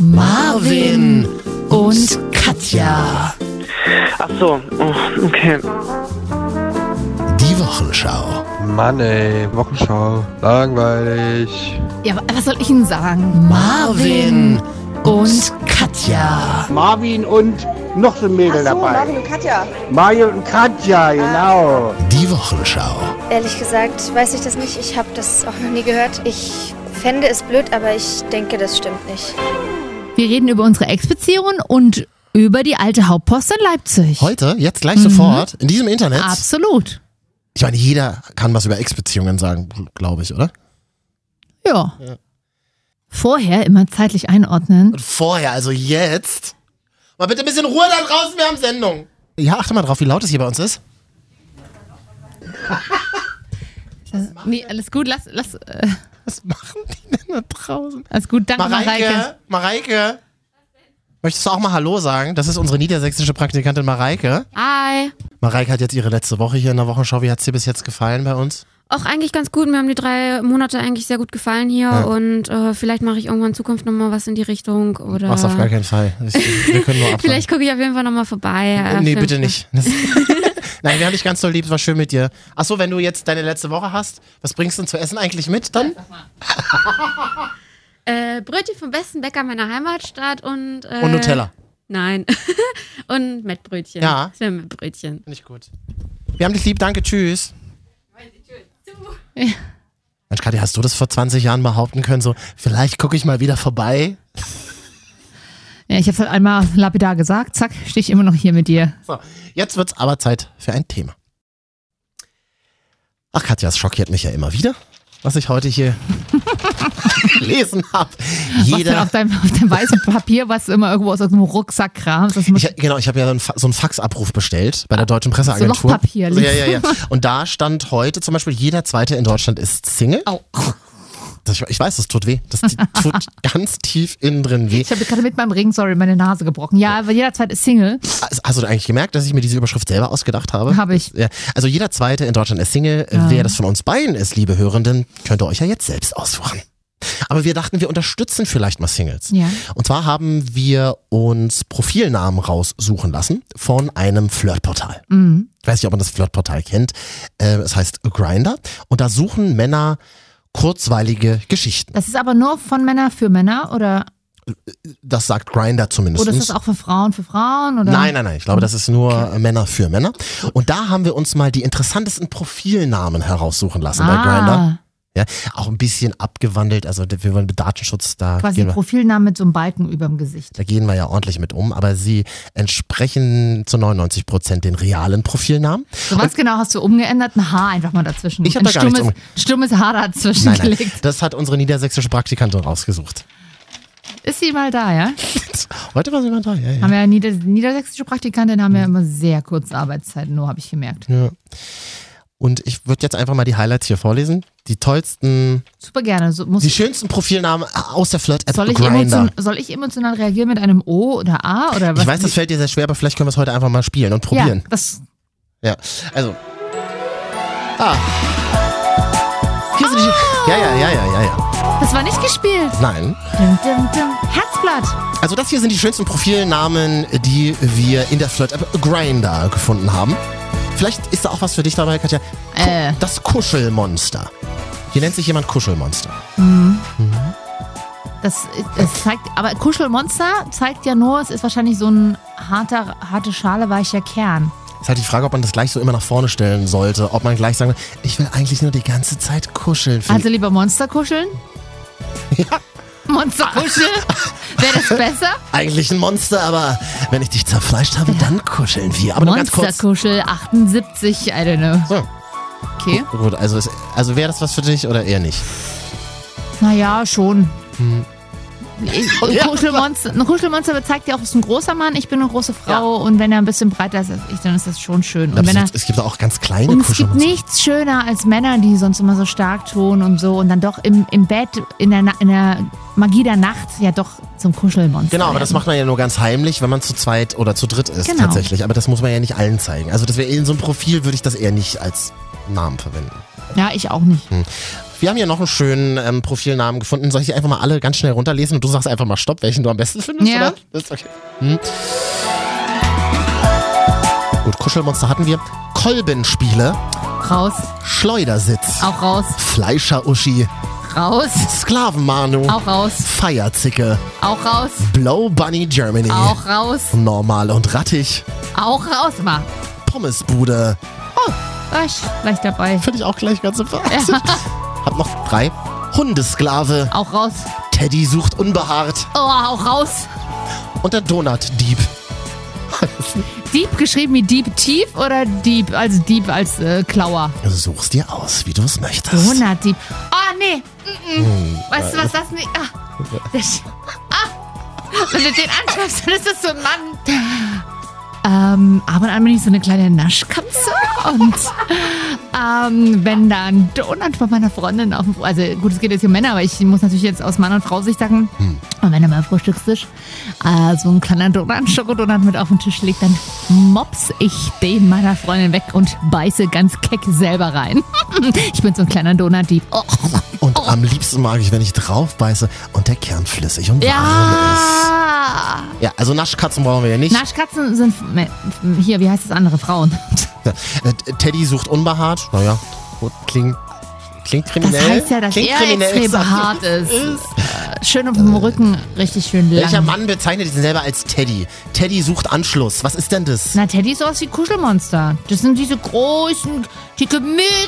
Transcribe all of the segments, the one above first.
Marvin und Katja. Ach so, oh, okay. Die Wochenschau. Mann ey, Wochenschau. Langweilig. Ja, wa- was soll ich Ihnen sagen? Marvin und Katja. Marvin und noch so ein Mädel dabei. Marvin und Katja. Ah. Mario und Katja, genau. Die Wochenschau. Ehrlich gesagt weiß ich das nicht. Ich habe das auch noch nie gehört. Ich fände es blöd, aber ich denke, das stimmt nicht. Wir reden über unsere Ex-Beziehungen und über die alte Hauptpost in Leipzig. Heute, jetzt gleich sofort, in diesem Internet. Absolut. Ich meine, jeder kann was über Ex-Beziehungen sagen, glaube ich, oder? Ja. Vorher immer zeitlich einordnen. Und vorher, also jetzt. Mal bitte ein bisschen Ruhe da draußen, wir haben Sendung. Ja, achte mal drauf, wie laut es hier bei uns ist. Das, Äh, nee, alles gut, lass, lass, äh, Was machen die denn da draußen? alles gut, danke Mareike. Mareike, Mareike. Möchtest du auch mal Hallo sagen? Das ist unsere niedersächsische Praktikantin Mareike. Hi. Mareike hat jetzt ihre letzte Woche hier in der Wochenschau. Wie hat es dir bis jetzt gefallen bei uns? Auch eigentlich ganz gut. Mir haben die drei Monate eigentlich sehr gut gefallen hier und äh, vielleicht mache ich irgendwann in Zukunft nochmal was in die Richtung oder. Mach's auf gar keinen Fall. Ich, wir können nur absagen. Vielleicht gucke ich auf jeden Fall nochmal vorbei. äh, nee, für- bitte nicht. Das- Nein, wir haben dich ganz so lieb. Es war schön mit dir. Achso, wenn du jetzt deine letzte Woche hast, was bringst du denn zu essen eigentlich mit dann? Äh, Brötchen vom besten Bäcker meiner Heimatstadt und. Äh, Und Nutella. Nein. und Mettbrötchen. Ja. Das wären Mettbrötchen. Finde ich gut. Wir haben dich lieb. Danke. Tschüss. Mensch, Katja, hast du das vor 20 Jahren behaupten können? So, vielleicht gucke ich mal wieder vorbei. Ja, ich hab's halt einmal lapidar gesagt, zack, stehe ich immer noch hier mit dir. So, jetzt wird's aber Zeit für ein Thema. Ach, Katja, es schockiert mich ja immer wieder, was ich heute hier gelesen habe. Was denn Jeder. auf deinem, auf deinem weißen Papier, was du immer irgendwo aus irgendeinem Rucksack kramst, das muss Ich, genau, ich habe ja so einen, Fa- so einen Faxabruf bestellt bei der Deutschen Presseagentur. Ah, So Lochpapier ja, ja, ja. Und da stand heute zum Beispiel, jeder Zweite in Deutschland ist Single. Au. Das, ich weiß, das tut weh. Das tut ganz tief innen drin weh. Ich habe gerade mit meinem Ring, sorry, meine Nase gebrochen. Ja, aber jederzeit ist Single. Also, Hast du eigentlich gemerkt, dass ich mir diese Überschrift selber ausgedacht habe? Hab ich. Ja. Also jeder Zweite in Deutschland ist Single. Wer das von uns beiden ist, liebe Hörenden, könnt ihr euch ja jetzt selbst aussuchen. Aber wir dachten, wir unterstützen vielleicht mal Singles. Ja. Und zwar haben wir uns Profilnamen raussuchen lassen von einem Flirtportal. Mhm. Ich weiß nicht, ob man das Flirtportal kennt. Äh, es heißt Grinder. Und da suchen Männer kurzweilige Geschichten. Das ist aber nur von Männer für Männer oder, Das sagt Grinder zumindest. oder ist Oh, das auch für Frauen für Frauen? Oder? Nein, nein, nein. Ich glaube, das ist nur äh, Männer für Männer. Und da haben wir uns mal die interessantesten Profilnamen heraussuchen lassen bei Grindr. Ah, Ja, auch ein bisschen abgewandelt. Also wir wollen mit Datenschutz da. quasi Gehen wir, Profilnamen mit so einem Balken überm Gesicht. da gehen wir ja ordentlich mit um, aber sie entsprechen zu 99 Prozent den realen Profilnamen. So was genau hast du umgeändert? Ein Haar einfach mal dazwischen. Ich hab ein da gar nichts um- stummes, stummes Haar dazwischen Nein, nein, gelegt. das hat unsere niedersächsische Praktikantin rausgesucht. Ist sie mal da, ja? Heute war sie mal da, ja, ja. Haben ja Nieder niedersächsische Praktikantinnen haben ja immer sehr kurze Arbeitszeiten, nur habe ich gemerkt. ja. Und ich würde jetzt einfach mal die Highlights hier vorlesen. Die tollsten, Super gerne. So, muss die schönsten Profilnamen äh, aus der Flirt-App soll, ich Grindr. emotion, soll ich emotional reagieren mit einem O oder A oder was? Ich weiß, das fällt dir sehr schwer, aber vielleicht können wir es heute einfach mal spielen und probieren. Ja, das, Ja. Also. Ah. Hier sind Ah. die. Ja, ja, ja, ja, ja, ja. das war nicht gespielt. Nein. Dum, dum, dum. Herzblatt. Also das hier sind die schönsten Profilnamen, die wir in der Flirt-App Grinder gefunden haben. Vielleicht ist da auch was für dich dabei, Katja. Ku- Äh. Das Kuschelmonster. Hier nennt sich jemand Kuschelmonster. Das, das zeigt, aber Kuschelmonster zeigt ja nur, es ist wahrscheinlich so ein harter, harte Schale, weicher Kern. Ist halt die Frage, ob man das gleich so immer nach vorne stellen sollte. Ob man gleich sagen will, ich will eigentlich nur die ganze Zeit kuscheln. Also lieber Monster kuscheln? Ja. Monster kuscheln? Wäre das besser? eigentlich ein Monster, aber wenn ich dich zerfleischt habe, dann kuscheln wir. Aber nur ganz kurz. Monsterkuschel 78, I don't know. So. Okay. Gut, also, ist- also wäre das was für dich oder eher nicht? Naja, schon. Ich- Ja. Hm. Kuschelmonster, ein Kuschelmonster bezeigt ja auch, ist ein großer Mann, ich bin eine große Frau und wenn er ein bisschen breiter ist als ich, dann ist das schon schön. Und, wenn er, es gibt auch ganz kleine und es gibt Kuschelmonster. nichts schöner als Männer, die sonst immer so stark tun und so und dann doch im, im Bett, in der, Na- in der Magie der Nacht, ja doch zum Kuschelmonster. Genau, aber das werden. macht man ja nur ganz heimlich, wenn man zu zweit oder zu dritt ist Genau. tatsächlich. Aber das muss man ja nicht allen zeigen. Also das wäre in so einem Profil würde ich das eher nicht als Namen verwenden. Ja, ich auch nicht. Wir haben hier noch einen schönen ähm, Profilnamen gefunden. Soll ich die einfach mal alle ganz schnell runterlesen und du sagst einfach mal Stopp, welchen du am besten findest, Ja. oder? Das ist okay. Hm. Gut, Kuschelmonster hatten wir. Kolbenspiele, Raus, Schleudersitz, auch raus, Fleischer-Uschi, raus, Sklavenmanu, auch raus, Feierzicke, auch raus, Blow Bunny Germany, auch raus, Normal und Rattig, auch raus. Mal. Pommesbude. War ich gleich dabei. Finde ich auch gleich ganz sympathisch. Hab noch drei. Hundesklave, Auch raus. Teddy sucht unbehaart Oh, auch raus. und der Donutdieb. Dieb geschrieben wie Dieb tief oder Dieb als Dieb als äh, Klauer? Such's dir aus, wie du es möchtest. 100 Dieb. Oh, nee. Mm -mm. Weißt du, was das nicht. Ah, das, ah. Wenn du den anschreibst, dann ist das so ein Mann. Ähm, ab und an bin ich so eine kleine Naschkatze. Und ähm, wenn da ein Donut von meiner Freundin auf dem. Also gut, es geht jetzt um Männer, aber ich muss natürlich jetzt aus Mann- und Frau-Sicht sagen. Hm. Und wenn da mal am Frühstückstisch äh, so ein kleiner Donut, Schokodonut mit auf den Tisch liegt, dann mops ich den meiner Freundin weg und beiße ganz keck selber rein. ich bin so ein kleiner Donut-Dieb. Oh. Und am liebsten mag ich, wenn ich drauf beiße und der Kern flüssig und warm Ja! ist. Ja, also Naschkatzen brauchen wir ja nicht. Naschkatzen sind f- m- hier, wie heißt das andere? Frauen. Äh, Teddy sucht unbehaart. Naja, gut, klingt, klingt Das kriminell. heißt ja, dass Ne? klingt er kriminell, extrem sagt- behaart ist. Äh, Schön auf dem Rücken, richtig schön lang. Welcher Mann bezeichnet diesen selber als Teddy? Teddy sucht Anschluss. Was ist denn das? Na, Teddy ist aus wie Kuschelmonster. Das sind diese großen, die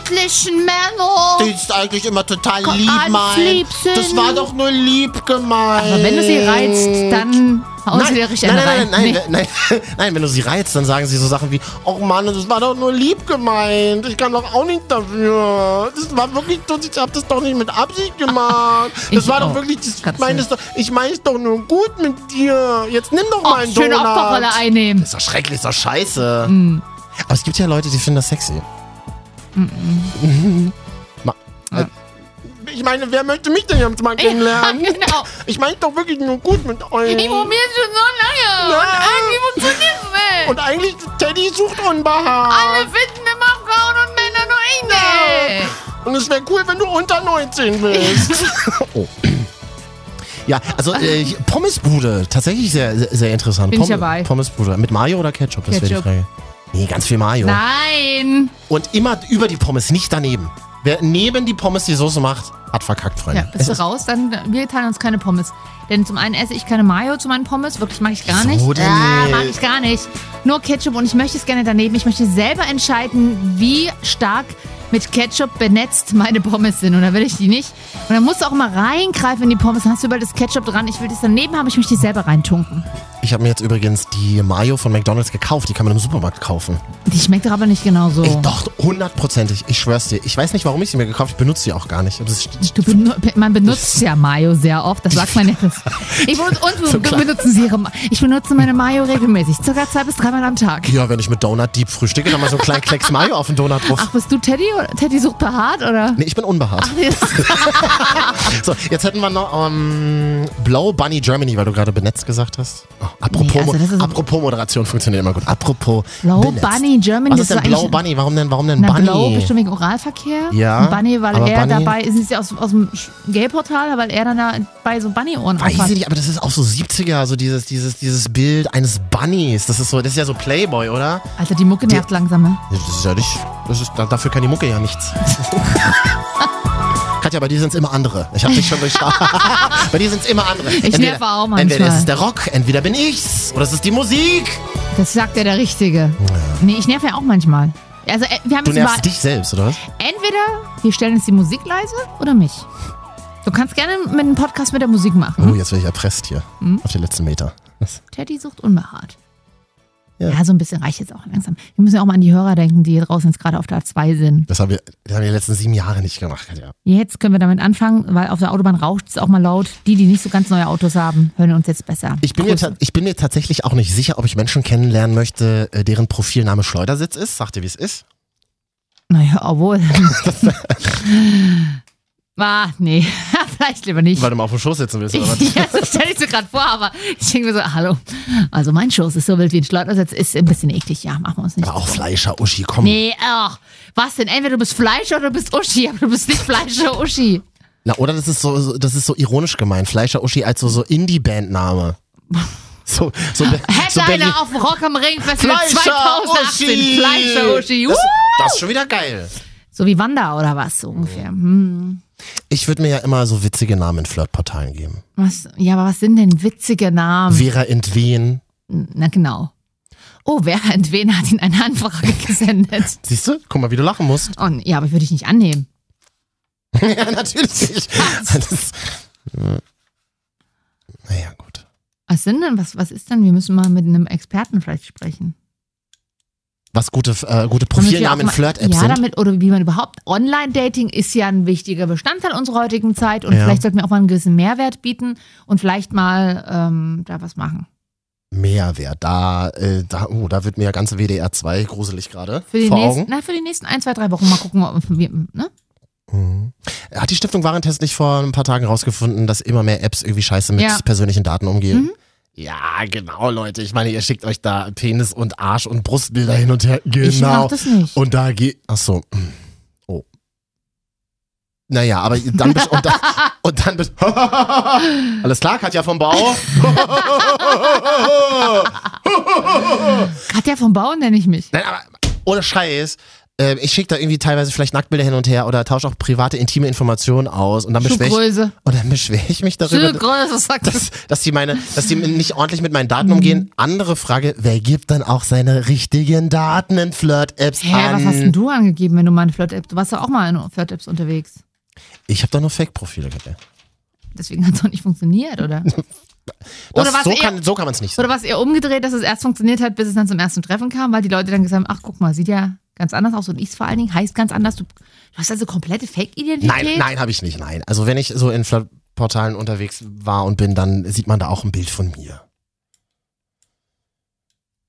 gemütlichen Männer. Die ist eigentlich immer total Gott, lieb alles gemeint. lieb sind. Das war doch nur lieb gemeint. Aber wenn du sie reizt, dann hauen sie dir richtig nein, eine nein, rein. nein, Nee. nein, nein, nein, nein, wenn du sie reizt, dann sagen sie so Sachen wie, oh Mann, das war doch nur lieb gemeint, ich kann doch auch nicht dafür. Das war wirklich, so, ich hab das doch nicht mit Absicht gemacht. Das Ich war auch. doch wirklich, das, ich Katze. meine es doch, ich meine es doch nur gut mit dir. Jetzt nimm doch Oh, mal einen schöne Donut. Opferrolle einnehmen. Ist doch schrecklich, ist doch scheiße. Mm. Aber es gibt ja Leute, die finden das sexy. Ma- äh, Ich meine, wer möchte mich denn jetzt mal Ja, kennenlernen? genau. Ich meine doch wirklich nur gut mit euch. Ich probiere schon so lange. Äh, Nein. Und irgendwie funktioniert Und eigentlich, Teddy sucht unbehaart. Alle finden immer Frauen und Männer nur ich nicht. Und es wäre cool, wenn du unter 19 bist. oh. Ja, also äh, hier, Pommesbude, tatsächlich sehr, sehr, sehr interessant. Bin ich dabei. Pommesbude. Mit Mayo oder Ketchup? Das wäre die Ketchup. Frage. Nee, ganz viel Mayo. Nein. Und immer über die Pommes, nicht daneben. Wer neben die Pommes die Soße macht, hat verkackt, Freunde. Ja, bist du raus? Dann wir teilen uns keine Pommes. Denn zum einen esse ich keine Mayo zu meinen Pommes, wirklich mag ich gar Wieso nicht. denn Ah, nicht? mag ich gar nicht. Nur Ketchup und ich möchte es gerne daneben. Ich möchte selber entscheiden, wie stark mit Ketchup benetzt meine Pommes sind. Und dann will ich die nicht. Und dann musst du auch mal reingreifen in die Pommes. Dann hast du überall das Ketchup dran. Ich will das daneben haben. Ich möchte die selber reintunken. Ich habe mir jetzt übrigens die Mayo von McDonald's gekauft. Die kann man im Supermarkt kaufen. Die schmeckt doch aber nicht genauso. Ich doch, hundertprozentig. Ich schwör's dir. Ich weiß nicht, warum ich sie mir gekauft habe. Ich benutze sie auch gar nicht. Aber das ist- Du benu man benutzt ja Mayo sehr oft, das sagt man ja. Ich benutze, und So wir klar. benutzen sie ihre Ma Ich benutze meine Mayo regelmäßig, circa zwei bis dreimal am Tag. Ja, wenn ich mit Donut Deep frühstücke, dann mal so einen kleinen Klecks Mayo auf den Donut drauf. Ach, bist du Teddy? oder- Teddy sucht behaart, oder? Nee, ich bin unbehaart. So, jetzt hätten wir noch ähm, Blow Bunny Germany, weil du gerade benetzt gesagt hast. Oh, apropos, Nee, also das ist- apropos Moderation funktioniert immer gut. Apropos Blow benetzt. Bunny Germany, Was ist das denn ist Blow eigentlich- Bunny? Warum denn, warum denn Na, Bunny? Blow bestimmt wegen Oralverkehr. Ja, Und Bunny, weil aber er Bunny- dabei ist, ist ja aus, aus dem Sch- Gay-Portal, weil er dann dabei so Bunny-Ohren Weiß aufhat. ich nicht, aber das ist auch so 70er, so dieses, dieses, dieses Bild eines Bunnies. Das ist so, das ist ja so Playboy, oder? Alter, die Mucke nervt langsam. ne? Das ist ja nicht. Das ist, da- dafür kann die Mucke ja nichts. Katja, bei dir sind es immer andere. Ich habe dich schon durchschaut. bei dir sind es immer andere. Ich nerve auch manchmal. Entweder ist es der Rock, entweder bin ich's oder es ist die Musik. Das sagt ja der Richtige. Nee, ich nerv ja auch manchmal. Also, äh, wir haben Du jetzt mal nervst dich selbst, oder was? entweder wir stellen jetzt die Musik leise oder mich. Du kannst gerne mit einem Podcast mit der Musik machen. Oh, jetzt werde ich erpresst hier. Mhm. Auf den letzten Meter. Teddy sucht unbehaart. Ja. Ja. so ein bisschen reicht jetzt auch langsam. Wir müssen ja auch mal an die Hörer denken, die hier draußen jetzt gerade auf der A2 sind. Das haben wir, das haben wir die letzten sieben Jahre nicht gemacht, Katja. Jetzt können wir damit anfangen, weil auf der Autobahn rauscht es auch mal laut. Die, die nicht so ganz neue Autos haben, hören uns jetzt besser. Ich bin, mir Grüße. ta- ich bin mir tatsächlich auch nicht sicher, ob ich Menschen kennenlernen möchte, äh, deren Profilname Schleudersitz ist. Sagt ihr, wie es ist? Naja, obwohl. Ah, nee. Vielleicht lieber nicht. Weil du mal auf dem Schoß sitzen willst, oder was? ja, so stelle ich so gerade vor, aber ich denke mir so, hallo. Also mein Schoß ist so wild wie ein Schleuders. Jetzt ist ein bisschen eklig. Ja, machen wir uns nicht. Aber auch Fleischer, Uschi, komm. Nee, ach. Was denn? Entweder du bist Fleisch oder du bist Uschi, aber du bist nicht Fleisch oder Uschi. Na, oder das ist so, so, das ist so ironisch gemeint. Fleischer Uschi als so, so Indie-Band-Name. So, so, Be- so Headliner Berlin- auf dem Rock am Ring Festival Fleischer 2018. Uschi! Fleischer Uschi. Das, Uh! das ist schon wieder geil. So wie Wanda oder was, so ungefähr. Hm. Ich würde mir ja immer so witzige Namen in Flirtportalen geben. Was, ja, aber was sind denn witzige Namen? Vera Entwehen. Na genau. Oh, wer und wen hat ihn eine Anfrage gesendet? Siehst du? Guck mal, wie du lachen musst. Oh, nee, ja, aber würde ich nicht annehmen. ja, natürlich nicht. Das, Ja. naja, gut. Was sind denn, was, was ist denn? Wir müssen mal mit einem Experten vielleicht sprechen. Was gute, äh, gute Damit wir auch Profilnamen in mal- Flirt-Apps Ja, sind. damit, oder wie man überhaupt, Online-Dating ist ja ein wichtiger Bestandteil unserer heutigen Zeit und Ja. vielleicht sollten wir auch mal einen gewissen Mehrwert bieten und vielleicht mal ähm, da was machen. Mehrwert. Da, äh, da, oh, da wird mir ja ganze WDR 2 gruselig gerade Für die, vor nächsten, Augen. Na, für die nächsten ein, zwei, drei Wochen mal gucken, ob wir, ne? Mhm. Hat die Stiftung Warentest nicht vor ein paar Tagen rausgefunden, dass immer mehr Apps irgendwie scheiße mit Ja. persönlichen Daten umgehen? Mhm. Ja, genau, Leute. Ich meine, ihr schickt euch da Penis und Arsch und Brustbilder hin und her. Ich mach Genau. das nicht. Und da geht. Ach so. Oh. Naja, aber dann. besch- Und dann, und dann besch- Alles klar, Katja vom Bau. Katja vom Bau nenne ich mich. Nein, aber ohne Scheiß. äh, Ich schicke da irgendwie teilweise vielleicht Nacktbilder hin und her oder tausche auch private, intime Informationen aus und dann beschwere ich, Schuhgröße. und dann beschwer ich mich darüber, Schuhgröße, sagt das. dass, dass die meine, dass die nicht ordentlich mit meinen Mhm. Daten umgehen. Andere Frage, wer gibt dann auch seine richtigen Daten in Flirt-Apps Hä, an? was hast denn du angegeben, wenn du mal in Flirt-App, du warst doch auch mal in Flirt-Apps unterwegs. Ich habe doch nur Fake-Profile gehabt. Deswegen hat es auch nicht funktioniert, oder? Oder was So eher- kann, so kann man es nicht Oder sagen. was ihr umgedreht, dass es erst funktioniert hat, bis es dann zum ersten Treffen kam, weil die Leute dann gesagt haben, ach guck mal, sieht ja ganz anders aus und ich vor allen Dingen heißt ganz anders. Du, du hast also komplette Fake-Identität? Nein, nein, habe ich nicht, nein. Also wenn ich so in Flirt-Portalen unterwegs war und bin, dann sieht man da auch ein Bild von mir.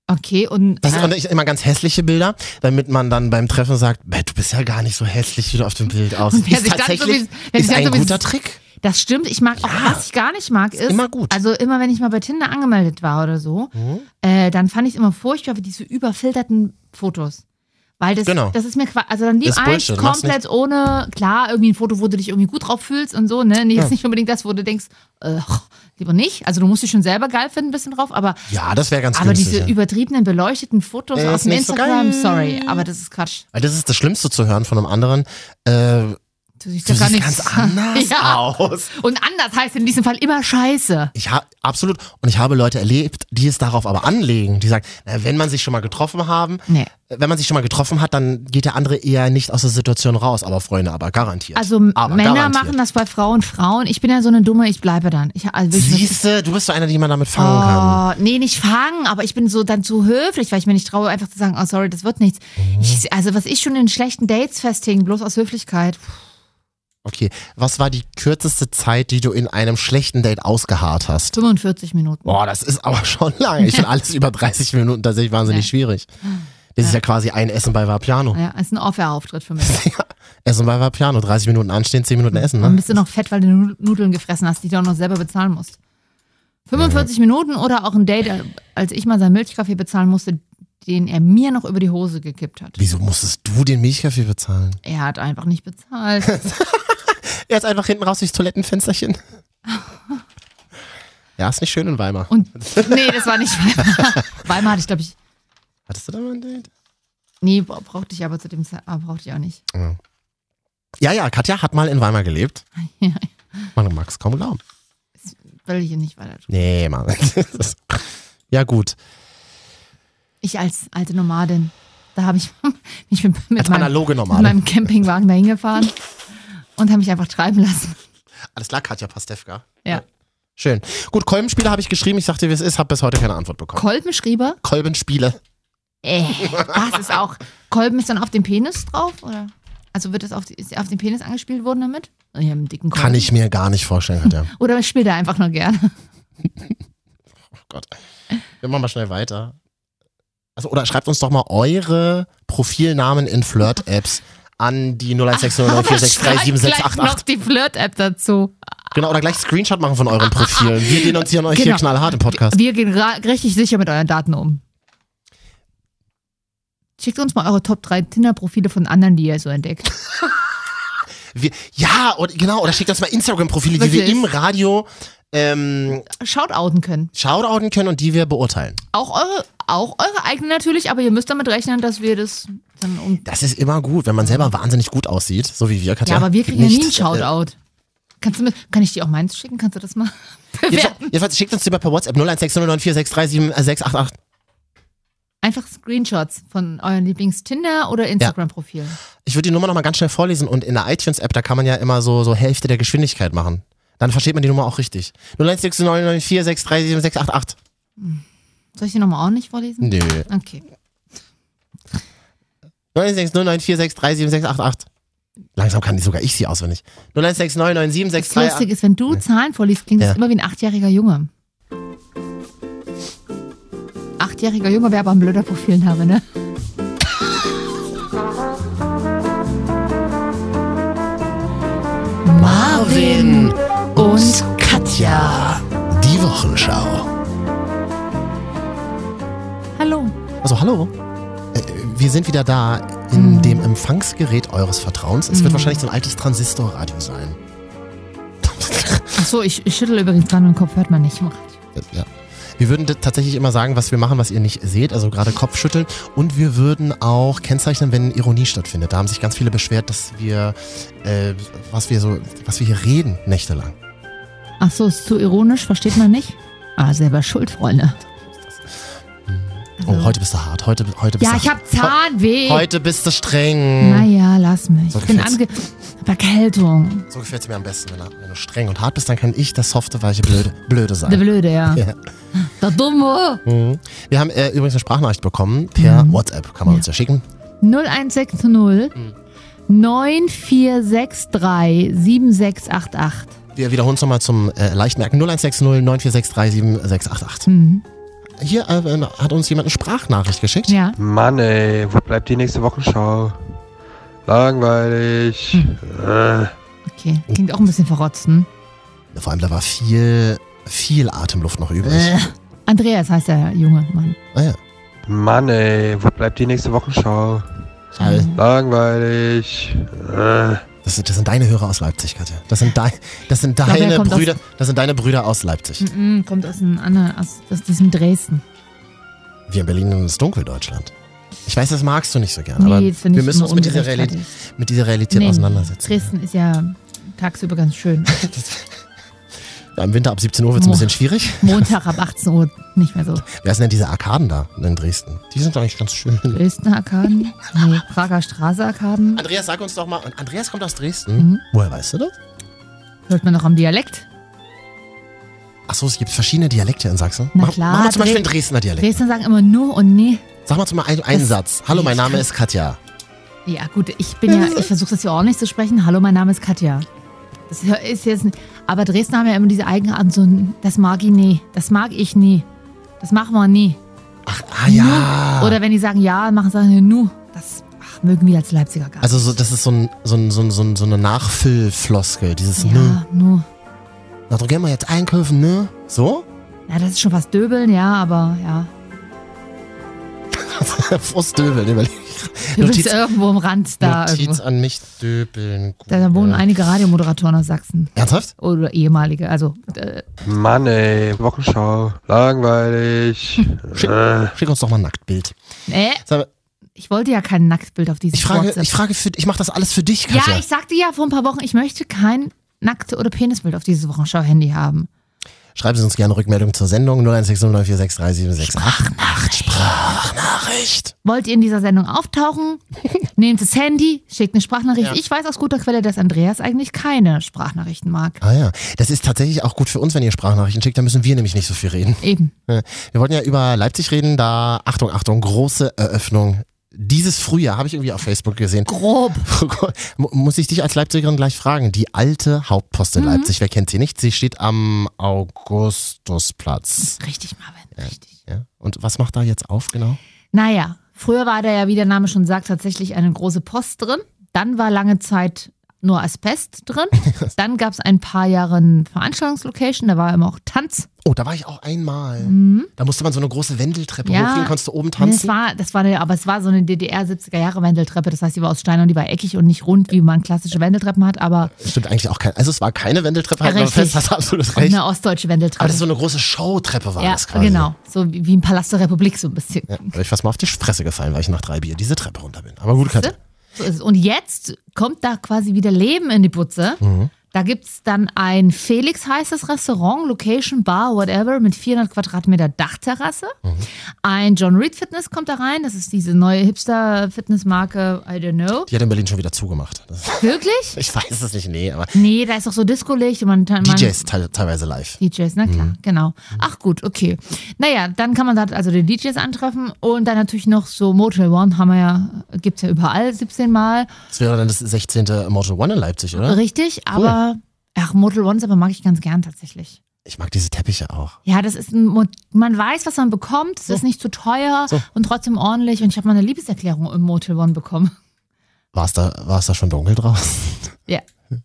Okay, und, Das sind äh, auch nicht immer ganz hässliche Bilder, damit man dann beim Treffen sagt, "Bäh, du bist ja gar nicht so hässlich, wie du auf dem Bild aussiehst. wer Ist sich dann tatsächlich so wie- wer ist sich dann ein so wie- guter Trick. das stimmt. Ich mag auch, Ja. was ich gar nicht mag, ist, immer gut. also immer, wenn ich mal bei Tinder angemeldet war oder so, Mhm. äh, dann fand ich es immer furchtbar, wie diese überfilterten Fotos. Weil das, Genau. das ist mir quasi, also dann lieb Ist eins Bullshit, mach's komplett ohne, klar, irgendwie ein Foto, wo du dich irgendwie gut drauf fühlst und so, ne? Nee, Jetzt Ja. nicht unbedingt das, wo du denkst, äh, lieber nicht. Also du musst dich schon selber geil finden, ein bisschen drauf, aber Ja, das wäre ganz Aber günstig. diese ja. übertriebenen, beleuchteten Fotos Äh, aus ist dem nicht so Instagram, geil. sorry, aber das ist Quatsch. Weil das ist das Schlimmste zu hören von einem anderen. Äh, Du siehst du ja gar siehst nichts. ganz anders ja. aus. Und anders heißt in diesem Fall immer Scheiße. Ich habe absolut und ich habe Leute erlebt, die es darauf aber anlegen, die sagen, na, wenn man sich schon mal getroffen haben, Nee. äh, wenn man sich schon mal getroffen hat, dann geht der andere eher nicht aus der Situation raus, aber Freunde, aber garantiert. Also aber Männer garantiert. machen das bei Frauen, Frauen. Ich bin ja so eine Dumme, ich bleibe dann. Ich, also wirklich- Siehste, du bist so einer, die man damit fangen kann. Oh, nee, nicht fangen, aber ich bin so dann zu höflich, weil ich mir nicht traue, einfach zu sagen, oh sorry, das wird nichts. Mhm. Ich, also was ich schon in schlechten Dates festhing, bloß aus Höflichkeit. Okay, was war die kürzeste Zeit, die du in einem schlechten Date ausgeharrt hast? 45 Minuten. Boah, das ist aber schon lange. Ich finde alles über 30 Minuten tatsächlich wahnsinnig Ja. schwierig. Das ist ja quasi ein Essen bei Vapiano. Ja, ist ein Off-Air-Auftritt für mich. Essen bei Vapiano, 30 Minuten anstehen, 10 Minuten essen, Dann ne? bist du noch fett, weil du Nu- Nudeln gefressen hast, die du auch noch selber bezahlen musst. 45 Minuten oder auch ein Date, äh, als ich mal seinen Milchkaffee bezahlen musste, den er mir noch über die Hose gekippt hat. Wieso musstest du den Milchkaffee bezahlen? Er hat einfach nicht bezahlt. Er ist einfach hinten raus durchs Toilettenfensterchen. ja, ist nicht schön in Weimar. Und nee, das war nicht Weimar. Weimar hatte ich, glaube ich. Hattest du da mal ein Date? Nee, bra- brauchte ich aber zu dem Zeit, aber brauchte ich auch nicht. Ja, ja, Katja hat mal in Weimar gelebt. Ja. Man mag es kaum glauben. Will ich hier nicht weiter tun. Nee, Mann. ja, gut. Ich als alte Nomadin, da habe ich mich mit, mit, Als meinem, analoge mit Nomade. meinem Campingwagen dahin gefahren und habe mich einfach treiben lassen. Alles klar, Katja Pastewka. Ja. Schön. Gut, Kolbenspieler habe ich geschrieben. Ich sagte, wie es ist, habe bis heute keine Antwort bekommen. Kolbenschrieber Kolbenspiele. Äh, das ist auch. Kolben ist dann auf dem Penis drauf, oder? Also wird das auf, die, ist auf den Penis angespielt worden damit? Ich habe einen dicken Kolben. Kann ich mir gar nicht vorstellen, Katja. Oder spielt er einfach nur gerne? oh Gott. Wir machen mal schnell weiter. Also, oder schreibt uns doch mal eure Profilnamen in Flirt-Apps an die Schreibt gleich noch 01609463788. die Flirt-App dazu. Genau, oder gleich Screenshot machen von euren Profilen. Wir denunzieren euch hier Genau. knallhart im Podcast. Wir gehen ra- richtig sicher mit euren Daten um. Schickt uns mal eure Top 3 Tinder-Profile von anderen, die ihr so entdeckt. Wir, ja, oder, genau, oder schickt uns mal Instagram-Profile, die wir Wirklich? im Radio ähm, Schaut outen können. shoutouten können und die wir beurteilen. Auch eure, auch eure eigene natürlich, aber ihr müsst damit rechnen, dass wir das dann um. Das ist immer gut, wenn man selber wahnsinnig gut aussieht, so wie wir, Katja. Ja, aber wir kriegen ja nie einen Nicht, äh, Shoutout. Kannst du mir, kann ich dir auch meins schicken? Kannst du das mal Äh, Jedenfalls, bewerten? jedenfalls schickt uns lieber per WhatsApp 01609463788. Einfach Screenshots von euren Lieblings-Tinder- oder Instagram-Profilen. Ich würde die Nummer nochmal ganz schnell vorlesen und in der iTunes-App, da kann man ja immer so, so Hälfte der Geschwindigkeit machen. Dann versteht man die Nummer auch richtig. 01609463788. Soll ich die nochmal ordentlich vorlesen? Nö. Okay. 01609463788. Langsam kann die sogar ich sie auswendig. Das Lustige 016099763. ist, wenn du Zahlen vorliest, klingt Ja. das immer wie ein achtjähriger Junge. Achtjähriger Junge wäre aber ein blöder Profilname, ne? Marvin und Katja. Die Wochenschau. Hallo. Also hallo. Äh, Wir sind wieder da in dem Empfangsgerät eures Vertrauens. Es wird wahrscheinlich so ein altes Transistorradio sein. Achso, ich, ich schüttel übrigens dran und Kopf hört man nicht. Ja. Wir würden d- tatsächlich immer sagen, was wir machen, was ihr nicht seht, also gerade Kopfschütteln. Und wir würden auch kennzeichnen, wenn Ironie stattfindet. Da haben sich ganz viele beschwert, dass wir, äh, was wir so, was wir hier reden, nächtelang. Achso, ist zu ironisch, versteht man nicht? Ah, selber schuld, Freunde. Oh, heute bist du hart, heute, heute bist Ja, du ich hab hart. Zahnweh. Heu- Heute bist du streng. Naja, lass mich. So ich bin ange. gefällt's. Verkältung. So gefällt es mir am besten, wenn, du- wenn du streng und hart bist, dann kann ich der softe, weiche, blöde, blöde sein. Der Blöde, ja. Ja. Der Dumme. Mhm. Wir haben äh, übrigens eine Sprachnachricht bekommen per Mhm. WhatsApp, kann man uns ja schicken. 0160 Hm. 9463 7688. Wir wiederholen es nochmal zum äh, Leichtmerken 0160 946378688. Hm. Hier äh, äh, hat uns jemand eine Sprachnachricht geschickt. Ja. Mann, ey, wo bleibt die nächste Wochenschau? Langweilig. Äh. Okay, klingt auch ein bisschen verrotzt. Hm? Vor allem, da war viel, viel Atemluft noch übrig. Äh. Andreas heißt der junge Mann. Ah, ja. Mann, ey, wo bleibt die nächste Wochenschau? Schall. Mhm. Langweilig. Äh. Das, sind- das sind deine Hörer aus Leipzig, Katja. Das sind, dei- das sind glaube, er deine kommt aus- Brüder. Das sind deine Brüder aus Leipzig. Mhm, kommt aus, einem anderen, aus, aus diesem Dresden. Wir in Berlin nennen uns Dunkeldeutschland. Ich weiß, das magst du nicht so gern, Nee, aber das finde wir ich müssen immer uns mit dieser, Realität, ungerechtfertigt. mit dieser Realität Nee, auseinandersetzen. Dresden ist ja tagsüber ganz schön. Ja, Im Winter ab 17 Uhr wird es ein Mo- bisschen schwierig. Montag ab 18 Uhr nicht mehr so. Wer sind denn diese Arkaden da in Dresden? Die sind doch eigentlich ganz schön. Dresdner Arkaden? Nee, Prager Straße Arkaden. Andreas, sag uns doch mal. Und Andreas kommt aus Dresden. Mhm. Woher weißt du das? Hört man noch am Dialekt? Achso, es gibt verschiedene Dialekte in Sachsen. Na Mach- klar, Mach mal zum Dre- Beispiel einen Dresdner Dialekt. Dresdner sagen immer nur und nee. Sag mal zum Beispiel einen, einen Das- Satz. Hallo, mein Name ist Katja. Ja, gut, ich bin ja, ich versuche das ja ordentlich zu sprechen. Hallo, mein Name ist Katja. Das ist jetzt, n- aber Dresden haben ja immer diese Eigenarten, so, ein, das mag ich nie, das mag ich nie, das machen wir nie. Ah ja. Oder wenn die sagen ja, machen sie sagen nu, das ach, mögen wir als Leipziger gar nicht. Also so, das ist so, ein, so, ein, so, ein, so, ein, so eine Nachfüllfloskel. Dieses ne. ja, nu. Na, dann gehen wir jetzt einkaufen, ne? So? Ja, das ist schon was Döbeln, ja, aber ja. Frustdöbeln, überleg. Du bist Notiz- irgendwo am Rand da. Notiz Irgendwo. an mich, Döbeln. Da wohnen Google. einige Radiomoderatoren aus Sachsen. Ernsthaft? Oder ehemalige, also äh, Mann, ey, Wochenschau. Langweilig. Schick, Äh. schick uns doch mal ein Nacktbild. nee, Sag mal, äh, ich wollte ja kein Nacktbild auf dieses Ich frage, WhatsApp. ich frage für, ich mache das alles für dich, Katja. Ja, ich sagte ja vor ein paar Wochen, ich möchte kein Nackt- oder Penisbild auf dieses Wochenschau-Handy haben. Schreiben Sie uns gerne Rückmeldung zur Sendung 01609463786. Sprachnachricht. Wollt ihr in dieser Sendung auftauchen? Nehmt das Handy, schickt eine Sprachnachricht. Ja. Ich weiß aus guter Quelle, dass Andreas eigentlich keine Sprachnachrichten mag. Ah ja, das ist tatsächlich auch gut für uns, wenn ihr Sprachnachrichten schickt, da müssen wir nämlich nicht so viel reden. Eben. Wir wollten ja über Leipzig reden, da Achtung, Achtung, große Eröffnung. Dieses Frühjahr habe ich irgendwie auf Facebook gesehen. Grob. Mu- Muss ich dich als Leipzigerin gleich fragen, die alte Hauptpost in Mhm. Leipzig, wer kennt sie nicht? Sie steht am Augustusplatz. Richtig, Marvin. Richtig. Ja. Und was macht da jetzt auf genau? Naja, früher war da ja, wie der Name schon sagt, tatsächlich eine große Post drin. Dann war lange Zeit nur Asbest drin. Dann gab es ein paar Jahre eine Veranstaltungslocation, da war immer auch Tanz. Oh, da war ich auch einmal. Mhm. Da musste man so eine große Wendeltreppe Ja. hochgehen, konntest du oben Das tanzen. war, das war, eine- aber es war so eine DDR 70er Jahre Wendeltreppe. Das heißt, die war aus Stein und die war eckig und nicht rund, wie man klassische Wendeltreppen hat, aber Stimmt eigentlich auch kein. Also es war keine Wendeltreppe, halt Richtig. fest, hast du absolut und recht. eine ostdeutsche Aber Wendeltreppe. das ist so eine große Showtreppe war ja, das quasi. genau. So wie wie im Palast der Republik so ein bisschen. Ja, da bin ich fast mal auf die Fresse gefallen, weil ich nach drei Bier diese Treppe runter bin. Aber gut, Katja. So ist es. Und jetzt kommt da quasi wieder Leben in die Putze. Mhm. Da gibt es dann ein Felix heißt das Restaurant, Location, Bar, whatever, mit 400 Quadratmeter Dachterrasse. Mhm. Ein John Reed Fitness kommt da rein. Das ist diese neue Hipster-Fitnessmarke, I don't know. Die hat in Berlin schon wieder zugemacht. Das, Wirklich? ich weiß es nicht, nee, aber Nee, da ist doch so Disco-Licht und man, man DJs teil- teilweise live. DJs, na klar, genau. Ach gut, okay. Naja, dann kann man da also den DJs antreffen und dann natürlich noch so Motel One haben wir ja, gibt es ja überall 17 Mal. Das wäre dann das 16. Mortal One in Leipzig, oder? Richtig, aber ach, Motel One aber mag ich ganz gern tatsächlich. Ich mag diese Teppiche auch. Ja, das ist ein, Mo- man weiß, was man bekommt, es ist nicht zu teuer und trotzdem ordentlich. Und ich habe mal eine Liebeserklärung im Motel One bekommen. War es da, war's da schon dunkel draußen? Ja.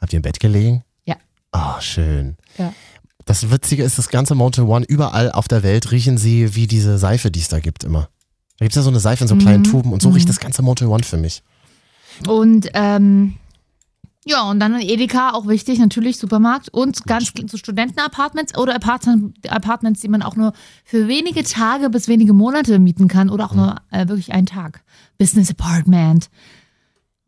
Habt ihr im Bett gelegen? Ja. Ah, schön. Ja. Das Witzige ist, das ganze Mountain One, überall auf der Welt riechen sie wie diese Seife, die es da gibt immer. Da gibt es ja so eine Seife in so kleinen Mhm. Tuben und so riecht das ganze Mountain One für mich. Und ähm, ja, und dann Edeka, auch wichtig, natürlich Supermarkt und ganz so Studentenapartments oder Apartment, Apartments, die man auch nur für wenige Tage bis wenige Monate mieten kann oder auch nur äh, wirklich einen Tag. Business Apartment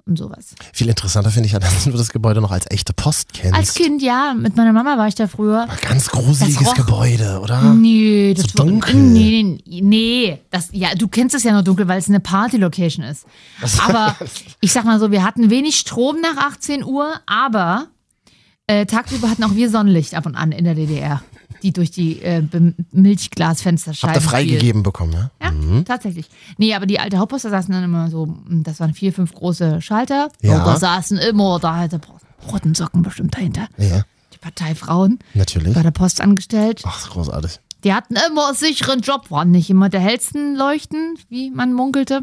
und sowas. Viel interessanter finde ich ja, dass du das Gebäude noch als echte Post kennst. Als Kind, ja, mit meiner Mama war ich da früher. War Ah, Ganz gruseliges Das roch- Gebäude, oder? Nee, das mm, So Ah, dunkel. Nee, nee, nee, das ja, du kennst es ja nur dunkel, weil es eine Party Location ist. Aber ich sag mal so, wir hatten wenig Strom nach 18 Uhr, aber äh, tagsüber hatten auch wir Sonnenlicht ab und an in der DDR, die durch die äh, Be- Milchglasfensterscheiben. Habt ihr fielen. freigegeben bekommen, ne? Ja, tatsächlich. Nee, aber die alte Hauptpost, da saßen dann immer so, mm, das waren vier, fünf große Schalter. Ja. Und da saßen immer, da hatte roten Socken bestimmt dahinter. Ja, Die Parteifrauen, natürlich. bei der Post angestellt. Ach, großartig. Die hatten immer einen sicheren Job, waren nicht immer der hellsten Leuchten, wie man munkelte.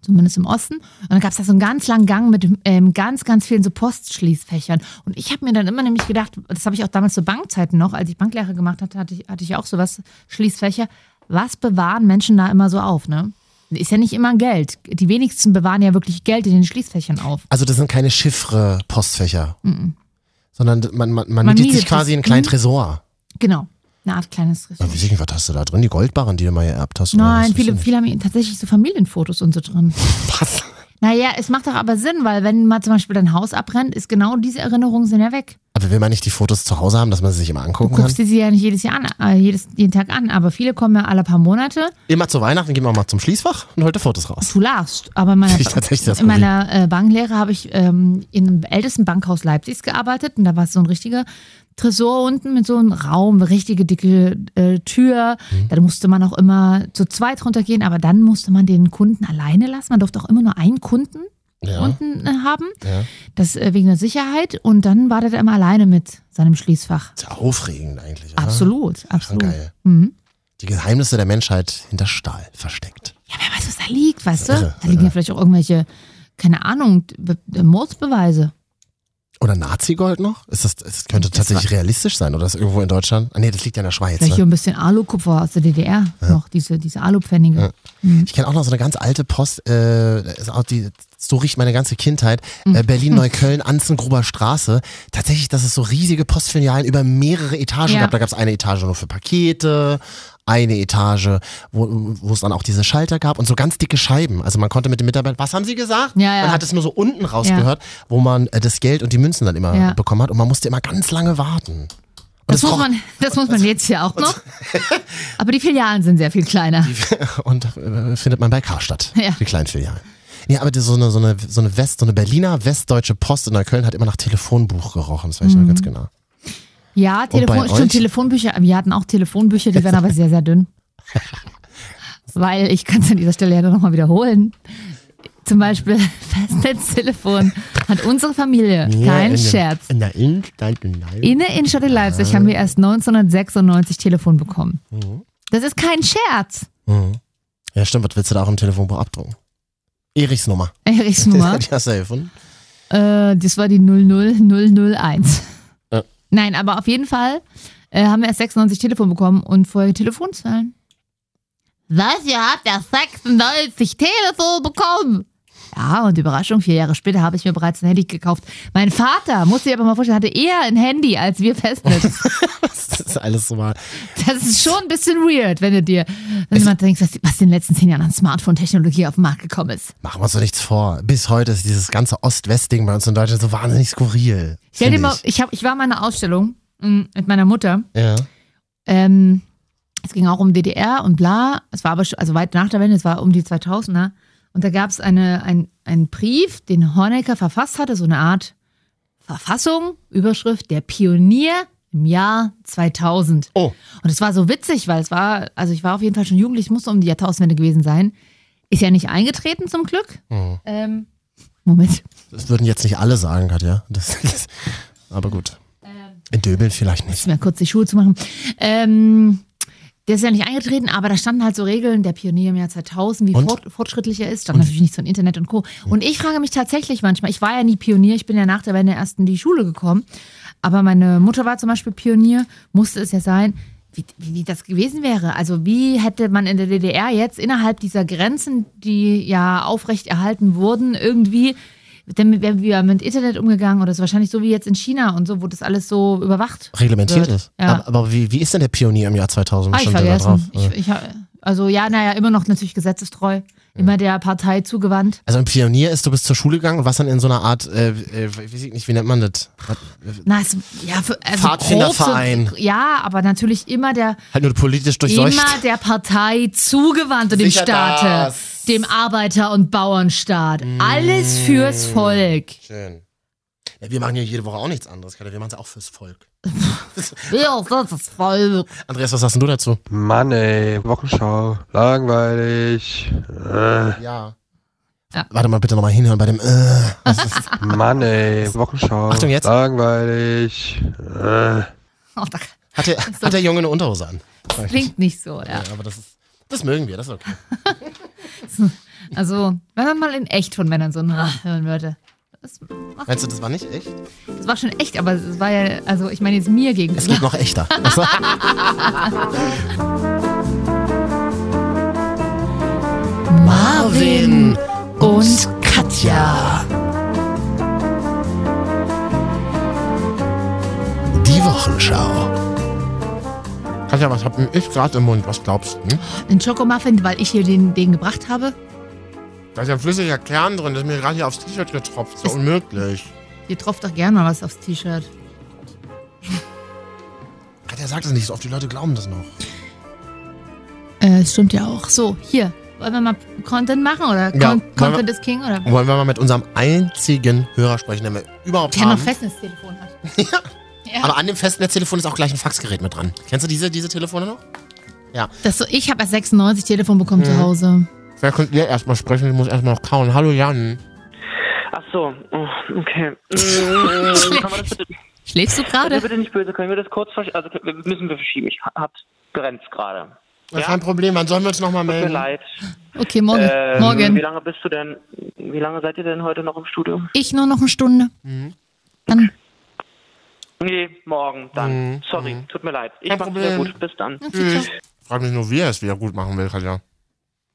Zumindest im Osten. Und dann gab es da so einen ganz langen Gang mit ähm, ganz, ganz vielen so Postschließfächern. Und ich habe mir dann immer nämlich gedacht, das habe ich auch damals zu Bankzeiten noch, als ich Banklehre gemacht hatte, hatte ich, hatte ich ja auch sowas, Schließfächer. Was bewahren Menschen da immer so auf, ne? Ist ja nicht immer Geld. Die wenigsten bewahren ja wirklich Geld in den Schließfächern auf. Also das sind keine Chiffre-Postfächer, sondern man, man, man, Man mietet sich mietet quasi sich- einen kleinen Mhm. Tresor. Genau. Eine Art kleines Ja, Ressort. weiß ich nicht, was hast du da drin? Die Goldbarren, die du mal ererbt hast? oder was? Nein, Weiß viele, ich nicht. viele haben tatsächlich so Familienfotos und so drin. Was? Naja, es macht doch aber Sinn, weil wenn mal zum Beispiel dein Haus abbrennt, ist genau diese Erinnerungen sind ja weg. Aber will man nicht die Fotos zu Hause haben, dass man sie sich immer angucken Guckst kann? du sie ja nicht jedes Jahr an, äh, jedes, jeden Tag an, aber viele kommen ja alle paar Monate. Immer zu Weihnachten gehen wir mal zum Schließfach und holt die Fotos raus. Du lachst, aber in meiner, Ich tatsächlich das in meiner äh, Banklehre habe ich ähm, in dem ältesten Bankhaus Leipzigs gearbeitet und da war es so ein richtiger Tresor unten mit so einem Raum, eine richtige dicke äh, Tür. Da musste man auch immer zu zweit runtergehen, aber dann musste man den Kunden alleine lassen. Man durfte auch immer nur einen Kunden Ja. unten äh, haben. Ja. Das äh, wegen der Sicherheit. Und dann war der da immer alleine mit seinem Schließfach. Ist ja aufregend eigentlich, oder? Absolut, Schon absolut. geil. Mhm. Die Geheimnisse der Menschheit hinter Stahl versteckt. Ja, wer weiß, was da liegt, weißt du? Das ist irre, Da liegen ja vielleicht auch irgendwelche, keine Ahnung, Be Be- Mordsbeweise. Oder Nazi-Gold noch? Ist das, das könnte Das tatsächlich realistisch sein, oder ist irgendwo in Deutschland? Ah, nee, das liegt ja in der Schweiz. Vielleicht Ne? hier ein bisschen Alukupfer aus der DDR noch, diese, diese Alupfennige. Ja. Ich kenne auch noch so eine ganz alte Post, äh, ist auch die, so riecht meine ganze Kindheit. Mhm. Äh, Berlin-Neukölln, Anzengruber Straße. Tatsächlich, dass es so riesige Postfilialen über mehrere Etagen Ja. gab. Da gab es eine Etage nur für Pakete, eine Etage, wo wo es dann auch diese Schalter gab und so ganz dicke Scheiben. Also man konnte mit den Mitarbeitern, was haben sie gesagt? Ja, ja. Man hat es nur so unten rausgehört, wo man äh, das Geld und die Münzen dann immer Ja. bekommen hat und man musste immer ganz lange warten. Und Das, es muss roch- man, das muss man jetzt ja auch noch. Aber die Filialen sind sehr viel kleiner. und äh, findet man bei Karstadt, Ja. die kleinen Filialen. Ja, aber die, so, eine, so, eine, so eine West, so eine Berliner westdeutsche Post in Neukölln hat immer nach Telefonbuch gerochen, das weiß Mhm. ich noch ganz genau. Ja, bei Telefon, euch? stimmt, Telefonbücher. Wir hatten auch Telefonbücher, die waren aber sehr, sehr dünn. Weil ich kann es an dieser Stelle ja nochmal wiederholen. Zum Beispiel Festnetztelefon hat unsere Familie, kein Scherz. In der Innenstadt in Leipzig. In der Innenstadt in Leipzig haben wir erst 1996 Telefon bekommen. Mhm. Das ist kein Scherz. Ja, stimmt, was willst du da auch im Telefonbuch abdrucken? Erichs Nummer. Erichs Nummer. Die hast du ja gefunden. Äh, das war die 00001. Ja. Nein, aber auf jeden Fall äh, haben wir erst 96 Telefon bekommen und vorher Telefonzahlen. Was, ihr habt ja 96 Telefon bekommen? Ja, und Überraschung, vier Jahre später habe ich mir bereits ein Handy gekauft. Mein Vater, muss ich aber mal vorstellen, hatte eher ein Handy als wir Festnetz. Das ist alles so mal. Das ist schon ein bisschen weird, wenn du dir, wenn jemand denkt, was, was in den letzten zehn Jahren an Smartphone-Technologie auf den Markt gekommen ist. Machen wir uns doch nichts vor. Bis heute ist dieses ganze Ost-West-Ding bei uns in Deutschland so wahnsinnig skurril. Stell dir finde mal, ich, hab, ich war in meiner Ausstellung mm, mit meiner Mutter. Ja. Ähm, es ging auch um DDR und bla. Es war aber schon, also weit nach der Wende, es war um die 2000er. Und da gab es eine, ein, einen Brief, den Honecker verfasst hatte, so eine Art Verfassung, Überschrift, der Pionier im Jahr 2000. Oh. Und es war so witzig, weil es war, also ich war auf jeden Fall schon jugendlich, muss um die Jahrtausendwende gewesen sein. Ist ja nicht eingetreten zum Glück. Mhm. Ähm, Moment. Das würden jetzt nicht alle sagen, Katja. Das, das, aber gut. Ähm. In Döbeln vielleicht nicht. Ist mir kurz die Schuhe zu machen. Ähm, der ist ja nicht eingetreten, aber da standen halt so Regeln, der Pionier im Jahr 2000, wie Und? fort, fortschrittlich er ist, dann natürlich nichts von Internet und Co. Und ich frage mich tatsächlich manchmal, ich war ja nie Pionier, ich bin ja nach der Wende erst in die Schule gekommen, aber meine Mutter war zum Beispiel Pionier, musste es ja sein, wie, wie, wie das gewesen wäre. Also wie hätte man in der DDR jetzt innerhalb dieser Grenzen, die ja aufrecht erhalten wurden, irgendwie denn wären wir mit Internet umgegangen oder so wahrscheinlich so wie jetzt in China und so, wo das alles so überwacht Reglementiert wird. ist. Ja. Aber, aber wie, wie ist denn der Pionier im Jahr 2000? Ah, Was ich stand denn da vergessen. drauf? Äh, Ich, ich, ha- also ja, naja, immer noch natürlich gesetzestreu. Immer der Partei zugewandt. Also ein Pionier ist, du bist zur Schule gegangen und warst dann in so einer Art, äh, äh, weiß ich nicht, wie nennt man das? Was- Na, es, ja, für, also Pfadfinderverein. grob so- Ja, aber natürlich immer der, Halt nur politisch durchseucht. immer der Partei zugewandt und dem Sicher Staate, das. Mm. dem Arbeiter- und Bauernstaat. Alles fürs Volk. Schön. Ja, wir machen ja jede Woche auch nichts anderes, Katja. Wir machen es ja auch fürs Volk. Ja, das ist Volk. Andreas, was sagst denn du dazu? Mann, ey, Wochenschau. Langweilig. Äh, Ja. Ja. Warte mal bitte nochmal hinhören bei dem äh. Das ist- Mann, ey, Wochenschau. Achtung, jetzt. Langweilig. Äh. Oh, das hat, der, hat der Junge eine Unterhose an? klingt nicht so, ja. Ja, aber das ist. Das mögen wir, das ist okay. Also, wenn man mal in echt von Männern so ein hören würde. Das, macht, Meinst du, das war nicht echt? das war schon echt, aber es war ja, also ich meine jetzt mir Es gegenüber. geht noch echter. Marvin und Katja. Die Wochenschau. Katja, was hab ich gerade im Mund? Was glaubst du? Hm? Ein Schokomuffin, weil ich hier den, den gebracht habe. Da ist ja flüssiger Kern drin, das ist mir gerade hier aufs T-Shirt getropft. Ist ja unmöglich. Ihr tropft doch gerne mal was aufs T-Shirt. Katja sagt das nicht so oft, die Leute glauben das noch. Äh, es stimmt ja auch. So, hier. Wollen wir mal Content machen? Ja, Oder Con wollen wir- Content ist King? Oder Wollen wir mal mit unserem einzigen Hörer sprechen, den wir überhaupt der noch haben. Festnetztelefon hat. Aber an dem Festnetztelefon ist auch gleich ein Faxgerät mit dran. Kennst du diese, diese Telefone noch? Das so, ich habe erst 96 Telefon Mhm. bekommen zu Hause. Wer könnt ihr erstmal sprechen? Ich muss erstmal noch kauen. Hallo Jan. Ach so, oh, okay. Mm, Kann man das bitte, Schläfst du bitte, gerade? bitte nicht böse, können wir das kurz verschieben? Also wir- müssen wir verschieben, ich hab's brennt gerade. Ja? Kein Problem, wann sollen wir uns nochmal Tut mir melden? leid. Okay, morgen. Ähm, Wie morgen. lange bist du denn, wie lange seid ihr denn heute noch im Studio? Ich nur noch eine Stunde. Mhm. Dann, Nee, morgen dann. Sorry, tut mir leid. Ich Hm. Kein mach's Problem. sehr gut, bis dann. Tschüss. Frag mich nur, wie er es wieder gut machen will, Katja.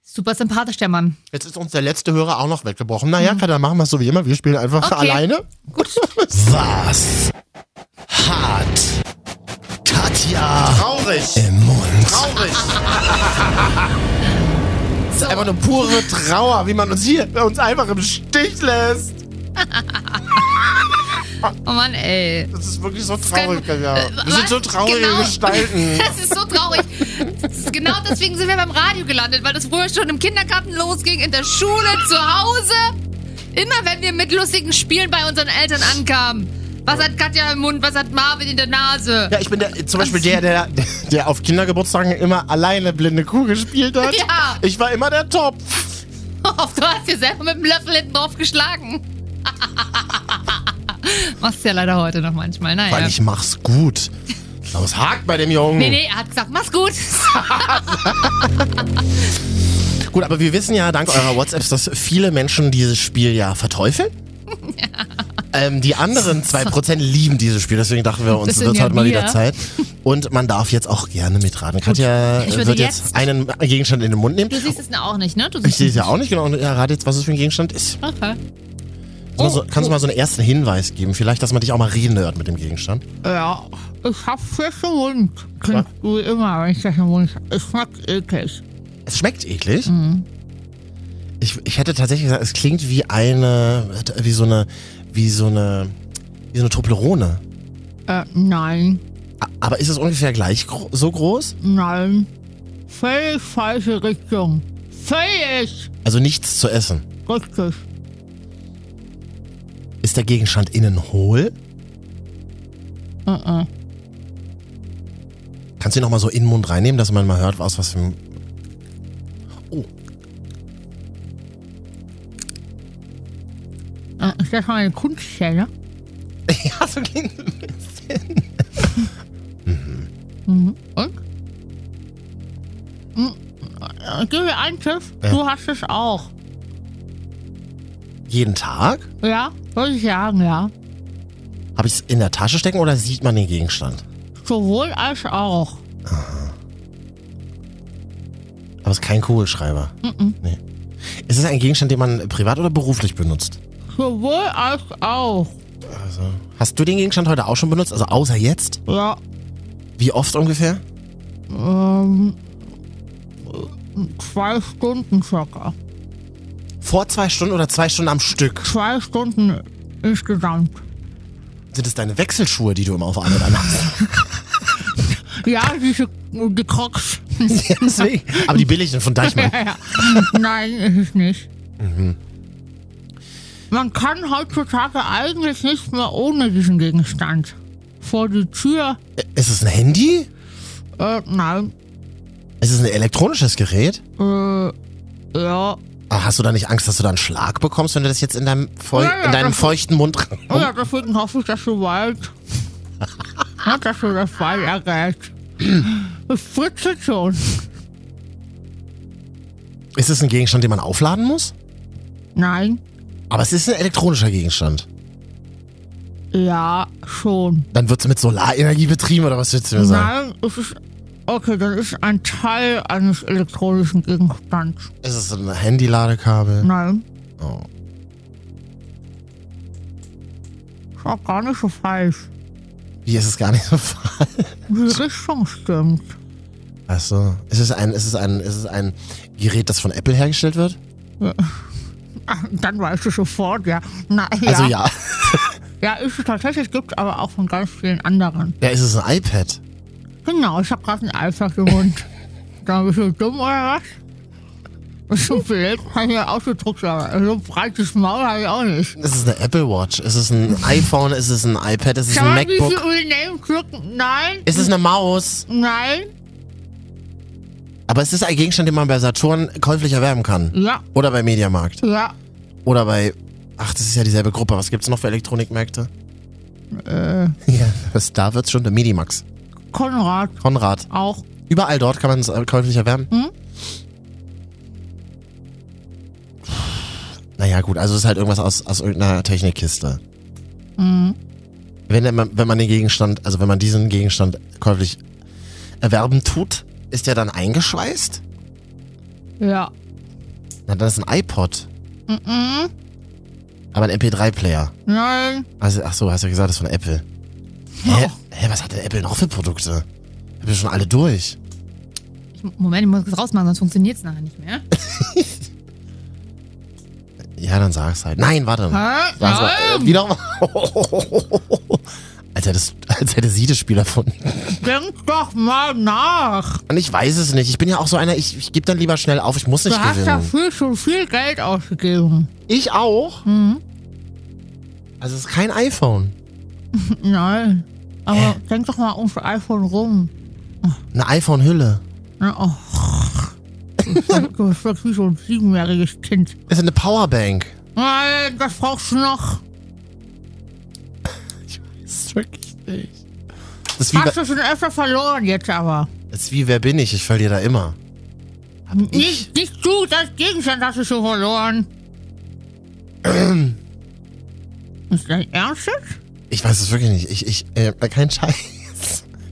super sympathisch, der Mann. Jetzt ist uns der letzte Hörer auch noch weggebrochen. Naja, Katja, machen wir es so wie immer. Wir spielen einfach Okay. alleine. Was hat Katja Traurig. im Mund? Traurig. Das ist einfach eine pure Trauer, wie man uns hier bei uns einfach im Stich lässt. Oh Mann, ey. Das ist wirklich so kann- traurig, Katja. Wir äh, was? sind so traurige Genau. Gestalten. Das ist so traurig. Das ist genau deswegen sind wir beim Radio gelandet, weil das früher schon im Kindergarten losging, in der Schule, zu Hause. Immer wenn wir mit lustigen Spielen bei unseren Eltern ankamen. Was hat Katja im Mund, was hat Marvin in der Nase? Ja, ich bin der, zum Beispiel der, der, der auf Kindergeburtstagen immer alleine blinde Kuh gespielt hat. Ja. Ich war immer der Top. Du hast dir selber mit dem Löffel hinten drauf geschlagen. Machst du ja leider heute noch manchmal, Weil naja. ich mach's gut. Aber es hakt bei dem Jungen. Nee, nee, er hat gesagt, mach's gut. Gut, aber wir wissen ja dank eurer WhatsApps, dass viele Menschen dieses Spiel ja verteufeln. Ähm, die anderen 2% lieben dieses Spiel, deswegen dachten wir uns, Das es sind wird ja heute mal wir. wieder Zeit. Und man darf jetzt auch gerne mitraten. Katja ich äh, würde wird jetzt, jetzt- einen Gegenstand in den Mund nehmen. Du siehst es auch nicht, ne? Du Ich siehst sehe es ja auch nicht genau und errate jetzt, was es für ein Gegenstand ist. Okay. Kannst Oh, du- kannst du mal so einen ersten Hinweis geben, vielleicht, dass man dich auch mal reden hört mit dem Gegenstand? Ja, ich hab frischen Mund. Klingt wie immer, wenn ich das im Mund hab. Es schmeckt eklig. Es schmeckt eklig. Ich, ich hätte tatsächlich gesagt, es klingt wie eine, wie so eine, wie so eine, wie so eine Toblerone. Äh, nein, A- Aber ist es ungefähr gleich gro so groß? nein. Völlig falsche Richtung. Völlig Also nichts zu essen. richtig. Ist der Gegenstand innen hohl? Uh -uh. Kannst du ihn nochmal so in den Mund reinnehmen, dass man mal hört, aus was für einem... Oh, Äh, Ist das mal eine Kunststelle? ja, so klingt es ein bisschen. Mhm. Und? Mhm. Äh, Gib mir einen Tipp. Ja. Du hast es auch. Jeden Tag? Ja, würde ich sagen, ja. Habe ich es in der Tasche stecken oder sieht man den Gegenstand? Sowohl als auch. Aber es ist kein Kugelschreiber. Mhm. Nee. Ist es ein Gegenstand, den man privat oder beruflich benutzt? Sowohl als auch. Also, hast du den Gegenstand heute auch schon benutzt? Also außer jetzt? Ja, Wie oft ungefähr? ähm. Zwei Stunden circa. Vor zwei Stunden oder zwei Stunden am Stück? Zwei Stunden insgesamt. Sind es deine Wechselschuhe, die du immer auf Arbeit anhast? Ja, diese die Crocs. Ja, Deswegen. Aber die billigen von Deichmann. Ja, ja. Nein, ist es nicht. Man kann heutzutage eigentlich nicht mehr ohne diesen Gegenstand. Vor die Tür. Ist es ein Handy? Äh, nein. Ist es ein elektronisches Gerät? Äh, ja. Aber hast du da nicht Angst, dass du da einen Schlag bekommst, wenn du das jetzt in deinem, feu Ja, ja, in deinem das- feuchten Mund... Oh ja, deswegen hoffe ich, dass du weißt. ja, dass du das bald erreichst. Es fritzelt schon. Ist es ein Gegenstand, den man aufladen muss? Nein. Aber es ist ein elektronischer Gegenstand. Ja, schon. Dann wird es mit Solarenergie betrieben oder was willst du mir sagen? Nein, es ist. Okay, das ist ein Teil eines elektronischen Gegenstands. Ist es ein Handy-Ladekabel? Nein, Oh. ist auch gar nicht so falsch. Wie ist es gar nicht so falsch? Die Richtung stimmt. Achso. Ist es ein, ist es ein, ist es ein Gerät, das von Apple hergestellt wird? Ach, Dann weißt du sofort, ja. Na, ja, Also ja. ja, ist es tatsächlich, gibt es aber auch von ganz vielen anderen. Ja, ist es ein iPad? Genau, ich habe gerade ein iPad im Mund. Dann bist du dumm oder was? Bist du blöd? Kann ich ja ausgedruckt sagen. So ein breites Maul habe ich auch nicht. Ist es eine Apple Watch? Ist es ein iPhone? Ist es ein iPad? Ist es Kann ein man diese MacBook? übernehmen, drücken? Nein, Ist es eine Maus? nein, Aber es ist ein Gegenstand, den man bei Saturn käuflich erwerben kann. ja, Oder bei Mediamarkt. ja. Oder bei. Ach, das ist ja dieselbe Gruppe. Was gibt's noch für Elektronikmärkte? Äh, Ja. Das, da wird's schon der Medimax. Konrad Konrad. auch. Überall dort kann man es käuflich erwerben. Mhm. Naja, gut, also es ist halt irgendwas aus, aus irgendeiner Technikkiste. Hm. Wenn, der- wenn man den Gegenstand, also wenn man diesen Gegenstand käuflich erwerben tut, ist der dann eingeschweißt? Ja. Na, dann ist ein iPod, Mhm. aber ein MP3-Player. Nein. Also, ach so, hast du ja gesagt, das ist von Apple. Oh. Hä? Hä, was hat denn Apple noch für Produkte? Ich hab ja schon alle durch. Ich, Moment, ich muss das rausmachen, sonst funktioniert es nachher nicht mehr. Ja, dann sag's halt. Nein, warte. Hä? Sag's mal. Äh, Nein. wieder mal. als, hätte das, als hätte sie das Spiel erfunden. Denk doch mal nach. Und ich weiß es nicht. Ich bin ja auch so einer, ich, ich gebe dann lieber schnell auf. Ich muss Du nicht hast gewinnen. dafür schon viel Geld ausgegeben. Ich auch? Mhm. Also es ist kein iPhone. Nein. Aber denk doch mal ums iPhone rum. Eine iPhone-Hülle. Na, oh. Du bist wirklich wie so ein siebenjähriges Kind. Es ist eine Powerbank. Nein, das brauchst du noch. Das ist wirklich nicht. Das ist wie, Hast wer- du schon öfter verloren jetzt aber. das ist wie Wer bin ich? Ich verliere da immer. Hab ich? Nicht, nicht du, das Gegenstand hast du schon verloren. Ist das ernst? jetzt? Ich weiß es wirklich nicht. Ich, ich, äh, kein Scheiß.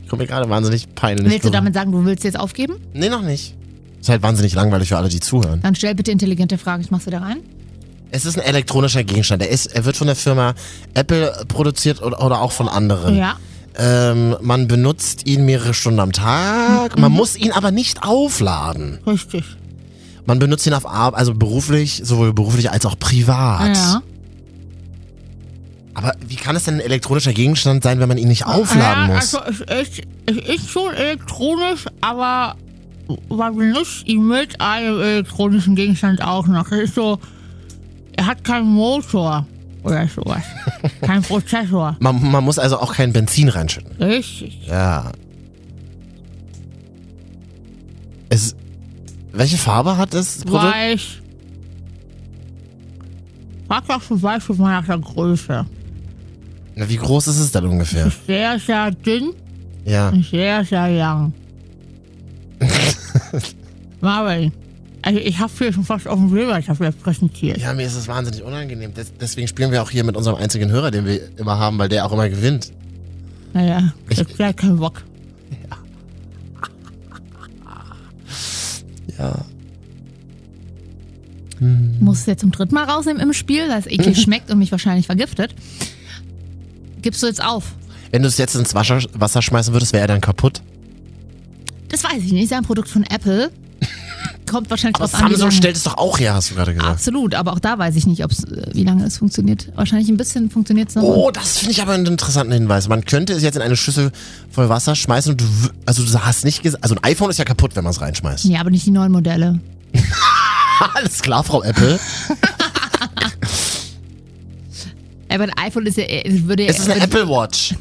Ich komme mir gerade wahnsinnig peinlich. Willst du vor. damit sagen, du willst jetzt aufgeben? Nee, noch nicht. Ist halt wahnsinnig langweilig für alle, die zuhören. Dann stell bitte intelligente Fragen. Ich mach's wieder rein. Es ist ein elektronischer Gegenstand. Er, ist, er wird von der Firma Apple produziert oder, oder auch von anderen. Ja. Ähm, man benutzt ihn mehrere Stunden am Tag. Mhm. Man muss ihn aber nicht aufladen. Richtig. Man benutzt ihn auf Arbeit, also beruflich, sowohl beruflich als auch privat. Ja. Aber wie kann es denn ein elektronischer Gegenstand sein, wenn man ihn Äh, nicht aufladen ja, muss? Also es ist, es ist schon elektronisch, aber man benutzt ihn mit einem elektronischen Gegenstand auch noch. Es ist so, er hat keinen Motor oder sowas. Kein Prozessor. man, man muss also auch kein Benzin reinschütten. Richtig. Ja. Es, welche Farbe hat das Produkt? Weiß. Frag doch zum Beispiel mal nach der Größe. Na, wie groß ist es denn ungefähr? Sehr, sehr dünn Ja. und sehr, sehr lang. Marvin, also ich habe hier schon fast auf dem Silbertablett präsentiert. Ja, mir ist es wahnsinnig unangenehm. Des, deswegen spielen wir auch hier mit unserem einzigen Hörer, den wir immer haben, weil der auch immer gewinnt. Naja, Ich- ich hab ja keinen Bock. Ja. Muss es jetzt zum dritten Mal rausnehmen im Spiel, weil es eklig schmeckt und mich wahrscheinlich vergiftet. Gibst du jetzt auf? Wenn du es jetzt ins Wasser, Wasser schmeißen würdest, wäre er dann kaputt. Das weiß ich nicht. Ist ja ein Produkt von Apple. Kommt wahrscheinlich Aber drauf an. wie Samsung lange- stellt es doch auch her, hast du gerade gesagt. Absolut, aber auch da weiß ich nicht, ob's, äh, wie lange es funktioniert. Wahrscheinlich ein bisschen funktioniert es noch. Oh, das finde ich aber einen interessanten Hinweis. Man könnte es jetzt in eine Schüssel voll Wasser schmeißen und du, w- also du hast nicht gesagt, also ein iPhone ist ja kaputt, wenn man es reinschmeißt. Ja, aber nicht die neuen Modelle. Alles klar, Frau Apple. Aber ein iPhone ist ja, äh, würde ja. Es ist eine Apple Watch.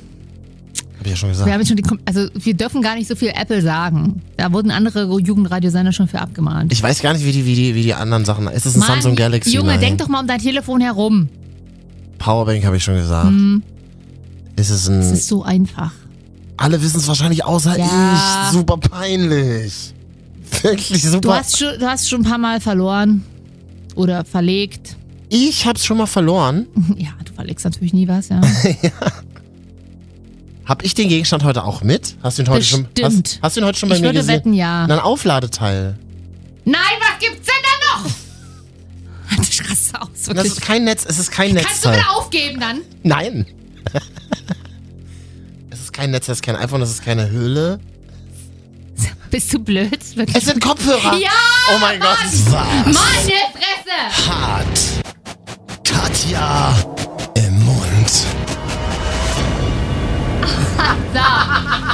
Hab ich ja schon wir gesagt. haben jetzt schon die, Kom- also wir dürfen gar nicht so viel Apple sagen. Da wurden andere Jugendradiosender schon für abgemahnt. Ich weiß gar nicht, wie die, wie die, wie die anderen Sachen. Ist es ein Mann, Samsung Galaxy? Junge, Nein. denk doch mal um dein Telefon herum. Powerbank habe ich schon gesagt. Ist es ein. Das Hm. ist so einfach. Alle wissen es wahrscheinlich außer Ja. ich. Super peinlich. Wirklich super. Du hast, schon, du hast schon ein paar Mal verloren. Oder verlegt. ich hab's schon mal verloren. Ja, du verlegst natürlich nie was, ja. Hab ich den Gegenstand heute auch mit? Hast du ihn heute schon? Bestimmt. Hast, hast du ihn heute schon bei Ich mir würde gesehen? wetten, ja. Na, Ein Aufladeteil. Nein, was gibt's denn da noch? Ich raste aus, Das wirklich. ist kein Netz. Es ist kein Kannst du Netzteil. bitte aufgeben dann? Nein. es ist kein Netz. Es ist kein iPhone. Es ist keine Hülle. Bist du blöd? Wirklich? Es sind Kopfhörer. Ja, Oh mein Gott. Was? Meine Fresse! Hart. Tatja im Mund.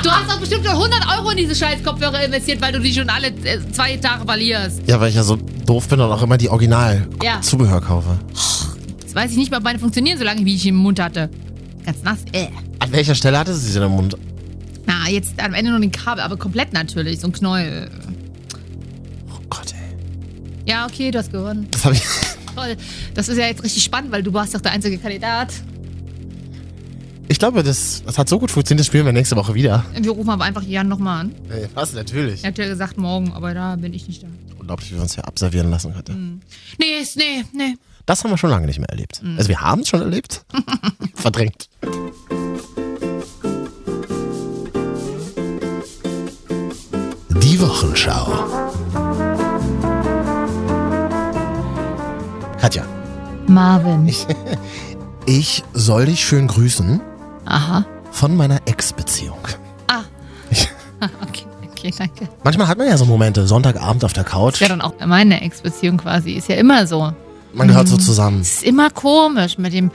Du hast doch bestimmt schon 100 Euro in diese scheiß Kopfhörer investiert, weil du die schon alle äh, zwei Tage verlierst. Ja, weil ich ja so doof bin und auch immer die Ja. Original-Zubehör kaufe. Jetzt weiß ich nicht mal, ob meine funktionieren, solange wie ich sie im Mund hatte. Ganz nass, äh. An welcher Stelle hattest du sie denn im Mund? Na, jetzt am Ende nur den Kabel, aber komplett natürlich, so ein Knäuel. Oh Gott, ey. Ja, okay, du hast gewonnen. Das habe ich. Toll. Das ist ja jetzt richtig spannend, weil du warst doch der einzige Kandidat. Ich glaube, das, das hat so gut funktioniert, das spielen wir nächste Woche wieder. Wir rufen aber einfach Jan nochmal an. Äh, was? Natürlich. Er hat ja gesagt morgen, aber da bin ich nicht da. Unglaublich, wie wir uns hier abservieren lassen heute. Nee, ist- nee, nee. Das haben wir schon lange nicht mehr erlebt. Also wir haben es schon erlebt. Verdrängt. Die Wochenschau. Katja, Marvin. ich soll dich schön grüßen Aha. von meiner Ex-Beziehung. Okay, okay, danke. Manchmal hat man ja so Momente, Sonntagabend auf der Couch. Ja, dann auch meine Ex-Beziehung quasi. Ist ja immer so. Man gehört Mhm. so zusammen. Es ist immer komisch mit dem.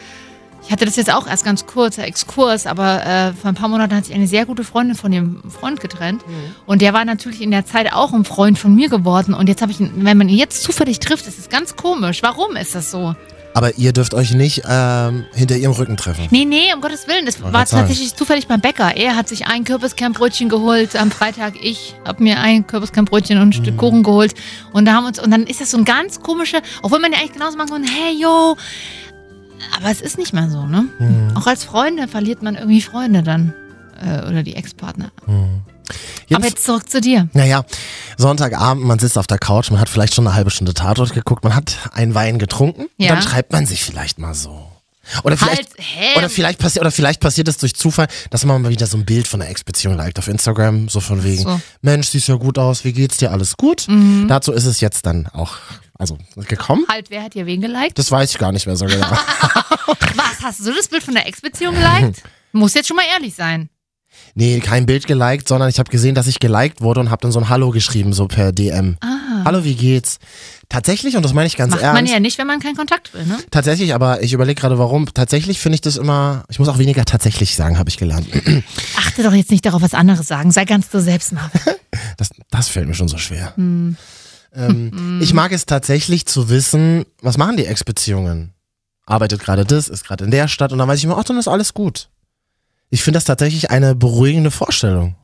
Ich hatte das jetzt auch erst ganz kurz, der Exkurs, aber äh, vor ein paar Monaten hat sich eine sehr gute Freundin von dem Freund getrennt. Und der war natürlich in der Zeit auch ein Freund von mir geworden. Und jetzt habe ich, ihn- wenn man ihn jetzt zufällig trifft, ist es ganz komisch. Warum ist das so? Aber ihr dürft euch nicht ähm, hinter ihrem Rücken treffen. Nee, nee, um Gottes Willen. Das Wollte war grad sagen. tatsächlich zufällig beim Bäcker. Er hat sich ein Kürbiskernbrötchen geholt am Freitag. Ich habe mir ein Kürbiskernbrötchen und ein Mhm. Stück Kuchen geholt. Und da haben wir uns, und dann ist das so ein ganz komischer, obwohl man ja eigentlich genauso machen kann, hey yo. Aber es ist nicht mehr so, Mhm. Mhm. ne? Auch als Freunde verliert man irgendwie Freunde dann. Äh, oder die Ex-Partner. Aber jetzt zurück zu dir. Naja, Sonntagabend, man sitzt auf der Couch, man hat vielleicht schon eine halbe Stunde Tatort geguckt, man hat einen Wein getrunken Ja. und dann schreibt man sich vielleicht mal so. Oder vielleicht, Halt, hä? oder, vielleicht passi oder vielleicht passiert es durch Zufall, dass man mal wieder so ein Bild von der Ex-Beziehung liked auf Instagram, so von wegen, So. Mhm. Mensch, siehst ja gut aus, wie geht's dir, alles gut? Dazu ist es jetzt dann auch, also gekommen. Halt, wer hat dir wen geliked? Das weiß ich gar nicht mehr so genau. Was, hast du das Bild von der Ex-Beziehung geliked? Muss jetzt schon mal ehrlich sein. nee, kein Bild geliked, sondern ich habe gesehen, dass ich geliked wurde und habe dann so ein Hallo geschrieben, so per DM. Ah, Hallo, wie geht's? Tatsächlich, und das meine ich ganz macht ernst. man ja nicht, wenn man keinen Kontakt will, ne? Tatsächlich, aber ich überlege gerade warum. Tatsächlich finde ich das immer, ich muss auch weniger tatsächlich sagen, habe ich gelernt. Achte doch jetzt nicht darauf, was andere sagen. Sei ganz du selbst, Marvin. Das, das fällt mir schon so schwer. Hm. Ähm, ich mag es tatsächlich zu wissen, was machen die Ex-Beziehungen? Arbeitet gerade das, ist gerade in der Stadt und dann weiß ich immer, ach, dann ist alles gut. Ich finde das tatsächlich eine beruhigende Vorstellung.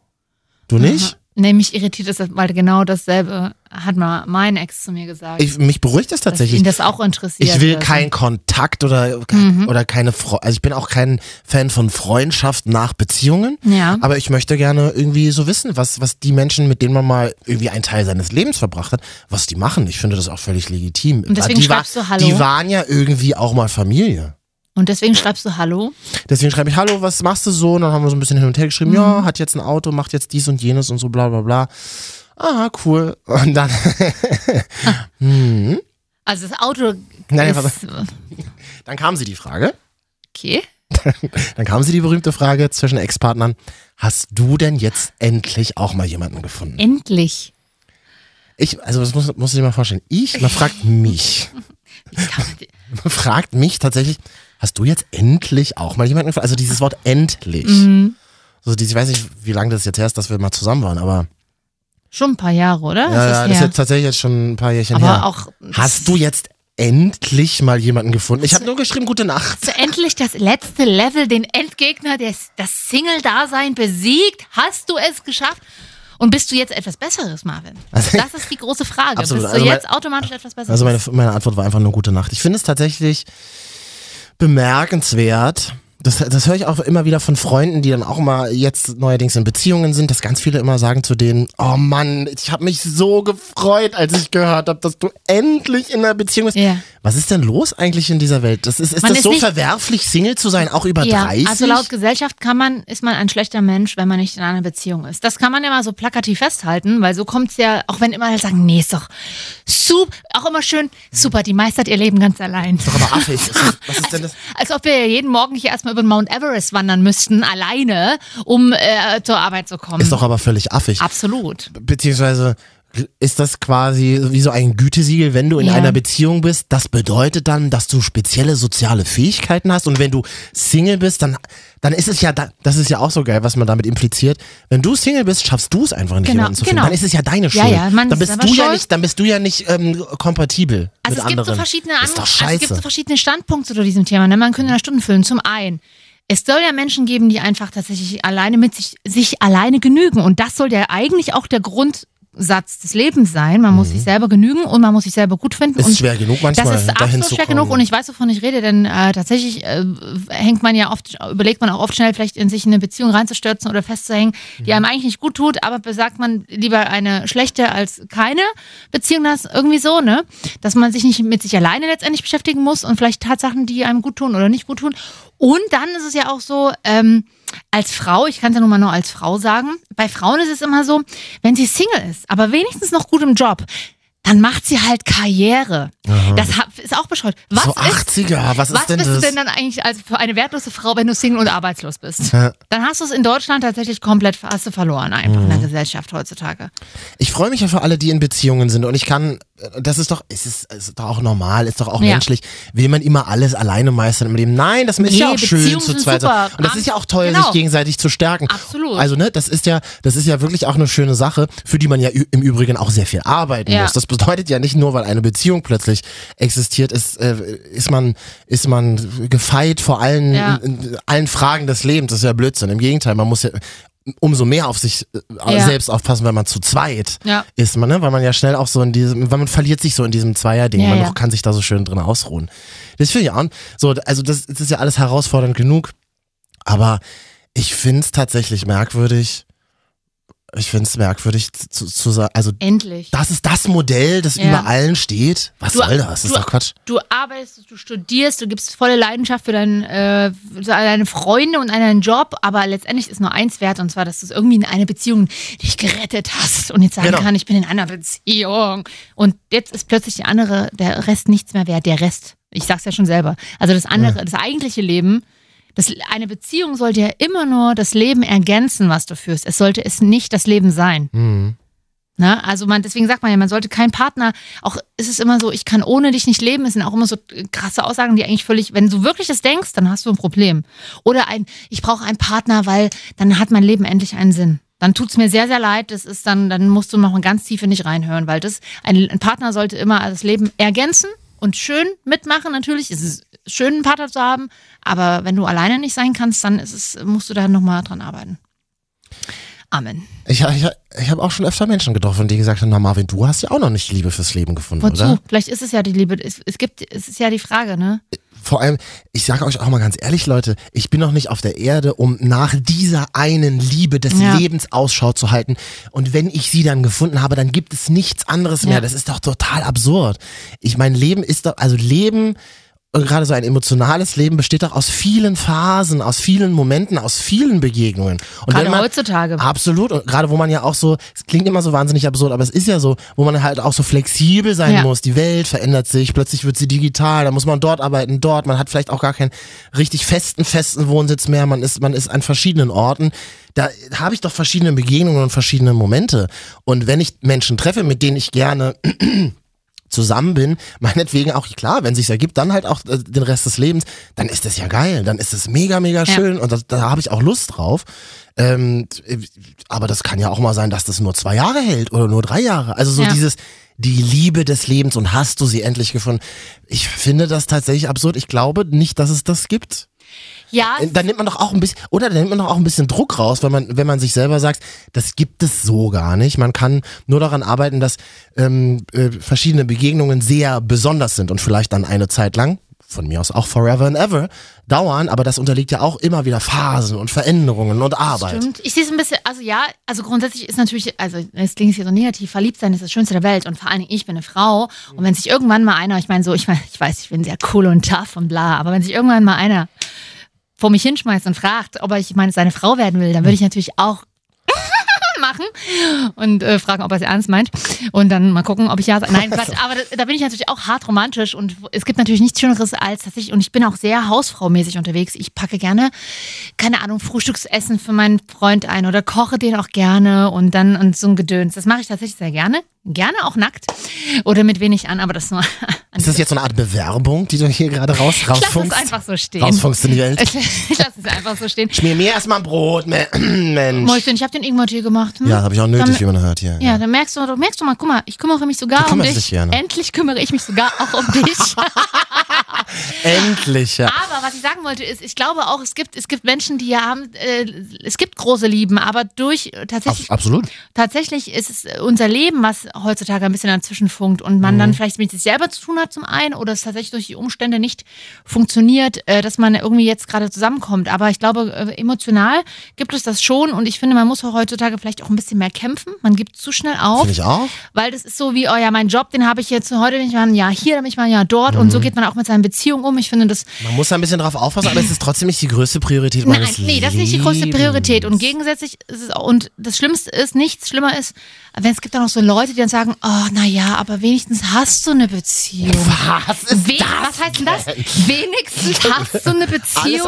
Du nicht? Aha. Nee, mich irritiert das, weil genau dasselbe hat mal mein Ex zu mir gesagt. Ich, mich beruhigt das dass tatsächlich. ihn das auch interessiert. Ich will dass- keinen Kontakt oder, Mhm. oder keine Fre also ich bin auch kein Fan von Freundschaft nach Beziehungen. Ja. Aber ich möchte gerne irgendwie so wissen, was, was die Menschen, mit denen man mal irgendwie einen Teil seines Lebens verbracht hat, was die machen. Ich finde das auch völlig legitim. Und deswegen die, wa- schreibst du Hallo? die waren ja irgendwie auch mal Familie. Und deswegen schreibst du Hallo. Deswegen schreibe ich, hallo, was machst du so? Und dann haben wir so ein bisschen hin und her geschrieben, Mhm. ja, hat jetzt ein Auto, macht jetzt dies und jenes und so bla bla bla. Ah, cool. Und dann, Also das Auto Nein, ist, dann kam sie die Frage. okay. Dann kam sie die berühmte Frage zwischen Ex-Partnern. Hast du denn jetzt endlich auch mal jemanden gefunden? Endlich. Ich, also das muss- musst du dir mal vorstellen. Ich, man fragt mich, Wie kann man die- man fragt mich tatsächlich, hast du jetzt endlich auch mal jemanden gefunden? Also dieses Wort endlich. Mhm. So dieses, ich weiß nicht, wie lange das jetzt her ist, dass wir mal zusammen waren, aber Schon ein paar Jahre, oder? ja, ja, das ist her. jetzt tatsächlich jetzt schon ein paar Jährchen Aber her. auch hast du jetzt endlich mal jemanden gefunden? Ich habe nur geschrieben, gute Nacht. Hast du endlich das letzte Level, den Endgegner, des, das Single-Dasein besiegt? Hast du es geschafft? Und bist du jetzt etwas Besseres, Marvin? Also- das ist die große Frage. Absolut. Bist du Also mein- jetzt automatisch etwas Besseres? Also meine, meine Antwort war einfach nur gute Nacht. Ich finde es tatsächlich bemerkenswert. Das, das höre ich auch immer wieder von Freunden, die dann auch mal jetzt neuerdings in Beziehungen sind, dass ganz viele immer sagen zu denen, oh Mann, ich habe mich so gefreut, als ich gehört habe, dass du endlich in einer Beziehung bist. Ja. Was ist denn los eigentlich in dieser Welt? Das ist ist Man das ist so nicht- verwerflich, Single zu sein, auch über ja, 30? also laut Gesellschaft kann man, ist man ein schlechter Mensch, wenn man nicht in einer Beziehung ist. Das kann man ja mal so plakativ festhalten, weil so kommt's ja, auch wenn immer alle sagen, nee, ist doch super, auch immer schön, super, die meistert ihr Leben ganz allein. Doch aber affig. Ist das- Was ist denn das? Als ob wir jeden Morgen hier erstmal über den Mount Everest wandern müssten, alleine, um äh, zur Arbeit zu kommen. Ist doch aber völlig affig. Absolut. beziehungsweise ist das quasi wie so ein Gütesiegel, wenn du in Ja. einer Beziehung bist, das bedeutet dann, dass du spezielle soziale Fähigkeiten hast und wenn du Single bist, dann dann ist es ja da, das ist ja auch so geil, was man damit impliziert. Wenn du Single bist, schaffst du es einfach nicht Genau, jemanden zu finden. genau. Dann ist es ja deine Ja, Schuld. ja, man dann ist bist selber du ja schuld. nicht, dann bist du ja nicht ähm, kompatibel Also mit es gibt, so anderen. verschiedene An ist doch also es gibt scheiße. so verschiedene Standpunkte zu diesem Thema. Ne? Man könnte da Stunden füllen. Zum einen, es soll ja Menschen geben, die einfach tatsächlich alleine mit sich, sich alleine genügen. Und das soll ja eigentlich auch der Grundsatz des Lebens sein. Man muss sich selber genügen und man muss sich selber gut finden. und Mhm. ist schwer genug manchmal das ist dahin absolut zu schwer kommen. genug und ich weiß, wovon ich rede, denn äh, tatsächlich äh, hängt man ja oft, überlegt man auch oft schnell, vielleicht in sich in eine Beziehung reinzustürzen oder festzuhängen, Mhm. die einem eigentlich nicht gut tut, aber besagt man lieber eine schlechte als keine Beziehung, das ist irgendwie so, ne? Dass man sich nicht mit sich alleine letztendlich beschäftigen muss und vielleicht Tatsachen, die einem gut tun oder nicht gut tun. Und dann ist es ja auch so, ähm, als Frau, ich kann es ja nun mal nur als Frau sagen, bei Frauen ist es immer so, wenn sie Single ist, aber wenigstens noch gut im Job, dann macht sie halt Karriere. Das ha- ist auch bescheuert. Was so ist, 80er, was ist was denn bist das? du denn dann eigentlich als für eine wertlose Frau, wenn du Single und arbeitslos bist? Ja. Dann hast du es in Deutschland tatsächlich komplett ver- hast du verloren einfach in der Gesellschaft heutzutage. Ich freue mich ja für alle, die in Beziehungen sind und ich kann, das ist doch, es ist, es ist doch auch normal, ist doch auch Ja. menschlich. Will man immer alles alleine meistern im Leben? Nein, das ist Nee, ja auch schön Beziehungen zu sind zweit. super. Und das ist ja auch toll, Genau. sich gegenseitig zu stärken. Absolut. Also ne, das ist ja, das ist ja wirklich auch eine schöne Sache, für die man ja ü- im Übrigen auch sehr viel arbeiten Ja. muss. Das bedeutet ja nicht nur, weil eine Beziehung plötzlich existiert, ist äh, ist man ist man gefeit vor allen Ja. allen Fragen des Lebens. Das ist ja Blödsinn. Im Gegenteil, man muss ja umso mehr auf sich äh, Ja. selbst aufpassen, wenn man zu zweit Ja. ist man, ne? Weil man ja schnell auch so in diesem, weil man verliert sich so in diesem Zweier-Ding. Ja, man ja. Noch kann sich da so schön drin ausruhen. Das finde ich auch. So, also das, das ist ja alles herausfordernd genug. Aber ich finde es tatsächlich merkwürdig, Ich finde es merkwürdig zu, zu sagen, also Endlich. das ist das Modell, das Ja. über allen steht. Was Du- soll das? Das ist du- doch Quatsch. Du arbeitest, du studierst, du gibst volle Leidenschaft für, dein, äh, für deine Freunde und deinen Job, aber letztendlich ist nur eins wert, und zwar, dass du es irgendwie in eine Beziehung dich gerettet hast und jetzt sagen Genau. kann, ich bin in einer Beziehung. Und jetzt ist plötzlich die andere, der Rest nichts mehr wert, der Rest. Ich sag's ja schon selber. Also das andere, das eigentliche Leben, das, eine Beziehung sollte ja immer nur das Leben ergänzen, was du führst. Es sollte es nicht das Leben sein. Hm. Ne? Also man, deswegen sagt man ja, man sollte keinen Partner, auch ist es immer so, ich kann ohne dich nicht leben, es sind auch immer so krasse Aussagen, die eigentlich völlig, wenn du wirklich das denkst, dann hast du ein Problem. Oder ein, ich brauche einen Partner, weil dann hat mein Leben endlich einen Sinn. Dann tut's mir sehr, sehr leid, das ist dann, dann musst du noch mal ganz tief in dich reinhören, weil das, ein, ein Partner sollte immer das Leben ergänzen und schön mitmachen, natürlich ist es schön, einen Partner zu haben, aber wenn du alleine nicht sein kannst, dann ist es, musst du da nochmal dran arbeiten. Amen. Ich, ich, ich habe auch schon öfter Menschen getroffen, die gesagt haben, na Marvin, du hast ja auch noch nicht die Liebe fürs Leben gefunden, Wozu? oder? Vielleicht ist es ja die Liebe. Es, es gibt, es ist ja die Frage, ne? Vor allem, ich sage euch auch mal ganz ehrlich, Leute, ich bin noch nicht auf der Erde, um nach dieser einen Liebe des Ja. Lebens Ausschau zu halten. Und wenn ich sie dann gefunden habe, dann gibt es nichts anderes mehr. Ja. Das ist doch total absurd. Ich mein Leben ist doch, also Leben, und gerade so ein emotionales Leben besteht doch aus vielen Phasen, aus vielen Momenten, aus vielen Begegnungen. Und Gerade wenn man, heutzutage. Absolut. Und gerade wo man ja auch so, es klingt immer so wahnsinnig absurd, aber es ist ja so, wo man halt auch so flexibel sein Ja. muss. Die Welt verändert sich, plötzlich wird sie digital, da muss man dort arbeiten, dort. Man hat vielleicht auch gar keinen richtig festen, festen Wohnsitz mehr. Man ist, man ist an verschiedenen Orten. Da habe ich doch verschiedene Begegnungen und verschiedene Momente. Und wenn ich Menschen treffe, mit denen ich gerne zusammen bin, meinetwegen auch, klar, wenn sich's ergibt, dann halt auch äh, den Rest des Lebens, dann ist das ja geil, dann ist es mega, mega schön und da, da habe ich auch Lust drauf. Ähm, t- äh, aber das kann ja auch mal sein, dass das nur zwei Jahre hält oder nur drei Jahre. Also so Ja. dieses, die Liebe des Lebens und hast du sie endlich gefunden. Ich finde das tatsächlich absurd. Ich glaube nicht, dass es das gibt. Ja, Äh, Dann nimmt man doch auch ein bisschen, oder dann nimmt man doch auch ein bisschen Druck raus, wenn man, wenn man sich selber sagt, das gibt es so gar nicht. Man kann nur daran arbeiten, dass ähm, äh, verschiedene Begegnungen sehr besonders sind und vielleicht dann eine Zeit lang, von mir aus auch forever and ever, dauern, aber das unterliegt ja auch immer wieder Phasen und Veränderungen und Arbeit. stimmt. Ich sehe es ein bisschen, also ja, also grundsätzlich ist natürlich, also es klingt hier so negativ, verliebt sein ist das Schönste der Welt und vor allen Dingen ich bin eine Frau und wenn sich irgendwann mal einer, ich meine so, ich, mein, ich weiß, ich bin sehr cool und tough und bla, aber wenn sich irgendwann mal einer vor mich hinschmeißt und fragt, ob er, ich meine, seine Frau werden will, dann würde ich natürlich auch machen und äh, fragen, ob er es ernst meint. Und dann mal gucken, ob ich ja sage. Nein, Quatsch, Also. aber da, da bin ich natürlich auch hart romantisch und es gibt natürlich nichts Schöneres als tatsächlich, und ich bin auch sehr hausfraumäßig unterwegs. Ich packe gerne, keine Ahnung, Frühstücksessen für meinen Freund ein oder koche den auch gerne und dann und so ein Gedöns. Das mache ich tatsächlich sehr gerne. Gerne auch nackt oder mit wenig an, aber das nur an Ist das jetzt so eine Art Bewerbung, die du hier gerade raus, Lass es rausfunkst? einfach so stehen. Rausfunkst in die Welt. Ich lasse es einfach so stehen. Schmier mir erstmal ein Brot, me- Mensch. Mäuschen, ich habe den Ingwer-Tee gemacht. Hm? Ja, habe ich auch nötig, Dann- wie man hört hier. Ja, dann merkst du, merkst du mal, guck mal, ich kümmere mich Du sogar um kümmerst dich. dich ja, ne? Endlich kümmere ich mich sogar auch um dich. Endlich, ja. aber was ich sagen wollte ist, ich glaube auch, es gibt, es gibt Menschen, die ja haben, äh, es gibt große Lieben, aber durch äh, tatsächlich, Ab- Absolut. tatsächlich ist es äh, unser Leben, was heutzutage ein bisschen dazwischen funkt und man Mhm. dann vielleicht mit sich selber zu tun hat zum einen oder es tatsächlich durch die Umstände nicht funktioniert, äh, dass man irgendwie jetzt gerade zusammenkommt. Aber ich glaube, äh, emotional gibt es das schon und ich finde, man muss auch heutzutage vielleicht auch ein bisschen mehr kämpfen. Man gibt zu schnell auf. Finde ich auch. Weil das ist so wie, oh ja, mein Job, den habe ich jetzt heute nicht, mal ein Jahr hier, dann bin ich mal ein Jahr dort. Und so Mhm. geht man auch mit seinen Beziehungen um. Ich finde das. Man muss da ein bisschen drauf aufpassen, aber es ist trotzdem nicht die größte Priorität Nein, meines nee, das ist nicht die größte Lebens. Priorität. Und gegensätzlich ist es auch, und das Schlimmste ist, nichts schlimmer ist, wenn es gibt dann auch so Leute, die dann sagen, oh, naja, aber wenigstens hast du eine Beziehung. Was ist We- das? was heißt denn das? Wenigstens hast du eine Beziehung.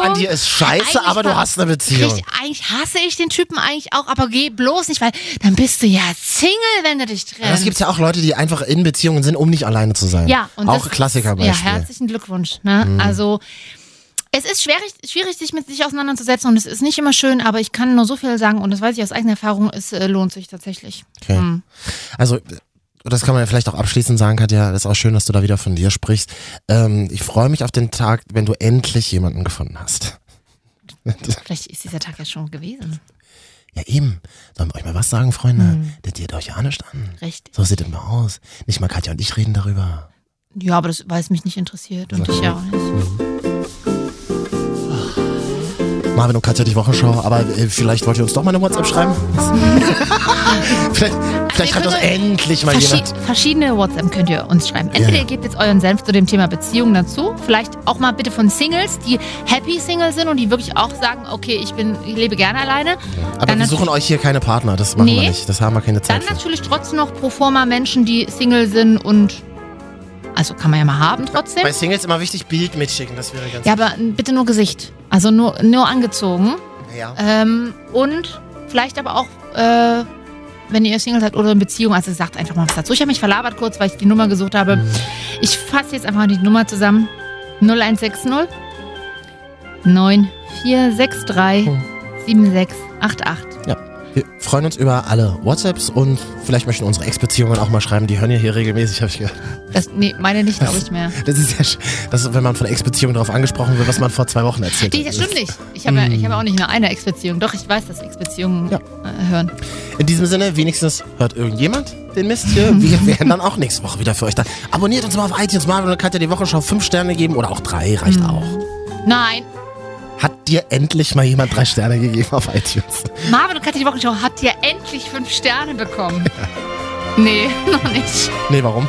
Alles an dir ist scheiße, Eigentlich aber du war- hast eine Beziehung. Richtig, eigentlich hasse ich den Typen eigentlich auch, aber geh bloß nicht, weil dann bist du ja Single, wenn du dich Ja, trennst. Das gibt ja auch Leute, die einfach in Beziehungen sind, um nicht alleine zu sein. Ja, und auch das- Ja, Klassikerbeispiel. Mhm. herzlichen Glückwunsch. Ne? Also es ist schwierig, schwierig, sich mit sich auseinanderzusetzen und es ist nicht immer schön, aber ich kann nur so viel sagen und das weiß ich aus eigener Erfahrung, es äh, lohnt sich tatsächlich. Okay. Hm. also das kann man ja vielleicht auch abschließend sagen, Katja. Das ist auch schön, dass du da wieder von dir sprichst. Ähm, ich freue mich auf den Tag, wenn du endlich jemanden gefunden hast. Vielleicht ist dieser Tag ja schon gewesen. Ja, eben. Sollen wir euch mal was sagen, Freunde? Hm. Das geht euch ja nicht an. Richtig. So sieht das mal aus. Nicht mal Katja und ich reden darüber. Ja, aber das weiß mich nicht interessiert und ich ja auch nicht. Marvin und Katja, die Wochenschau. Aber äh, vielleicht wollt ihr uns doch mal eine WhatsApp schreiben. vielleicht vielleicht ihr schreibt uns könnt- endlich mal Verschi jemand. verschiedene WhatsApp könnt ihr uns schreiben. Entweder ja. ihr gebt jetzt euren Senf zu dem Thema Beziehung dazu, vielleicht auch mal bitte von Singles, die happy Single sind und die wirklich auch sagen, okay, ich bin, ich lebe gerne alleine. Aber Dann wir nat- suchen euch hier keine Partner. Das machen wir Nee. nicht. Das haben wir keine Dann Zeit für. natürlich trotzdem noch pro forma Menschen, die Single sind und also kann man ja mal haben trotzdem. Bei Singles immer wichtig, Bild mitschicken. Das wäre ganz Ja, aber hm, bitte nur Gesicht, also nur nur angezogen Ja. ähm, und vielleicht aber auch äh, wenn ihr Single seid oder in Beziehung, also sagt einfach mal was dazu. Ich habe mich verlabert kurz, weil ich die Nummer gesucht habe. Ich fasse jetzt einfach die Nummer zusammen. 0160 9463 7688. Wir freuen uns über alle WhatsApps und vielleicht möchten unsere Ex-Beziehungen auch mal schreiben. Die hören ja hier regelmäßig, habe ich gehört. Das, nee, meine nicht, glaube ich, mehr. Das ist ja, sch- das ist, wenn man von Ex-Beziehungen darauf angesprochen wird, was man vor zwei Wochen erzählt Nee, hat. das stimmt nicht. Ich habe ja, ich habe auch nicht nur eine Ex-Beziehung. Doch, ich weiß, dass Ex-Beziehungen Ja. äh, hören. In diesem Sinne, wenigstens hört irgendjemand den Mist hier. Wir werden dann auch nächste Woche wieder für euch da. Abonniert uns mal auf iTunes. Marvin und Katja die Wochenschau fünf Sterne geben oder auch drei, reicht auch. Nein, Hat dir endlich mal jemand drei Sterne gegeben auf iTunes? Marvin und Katja die Wochenschau habt ihr endlich fünf Sterne bekommen. Nee, noch nicht. Nee, warum?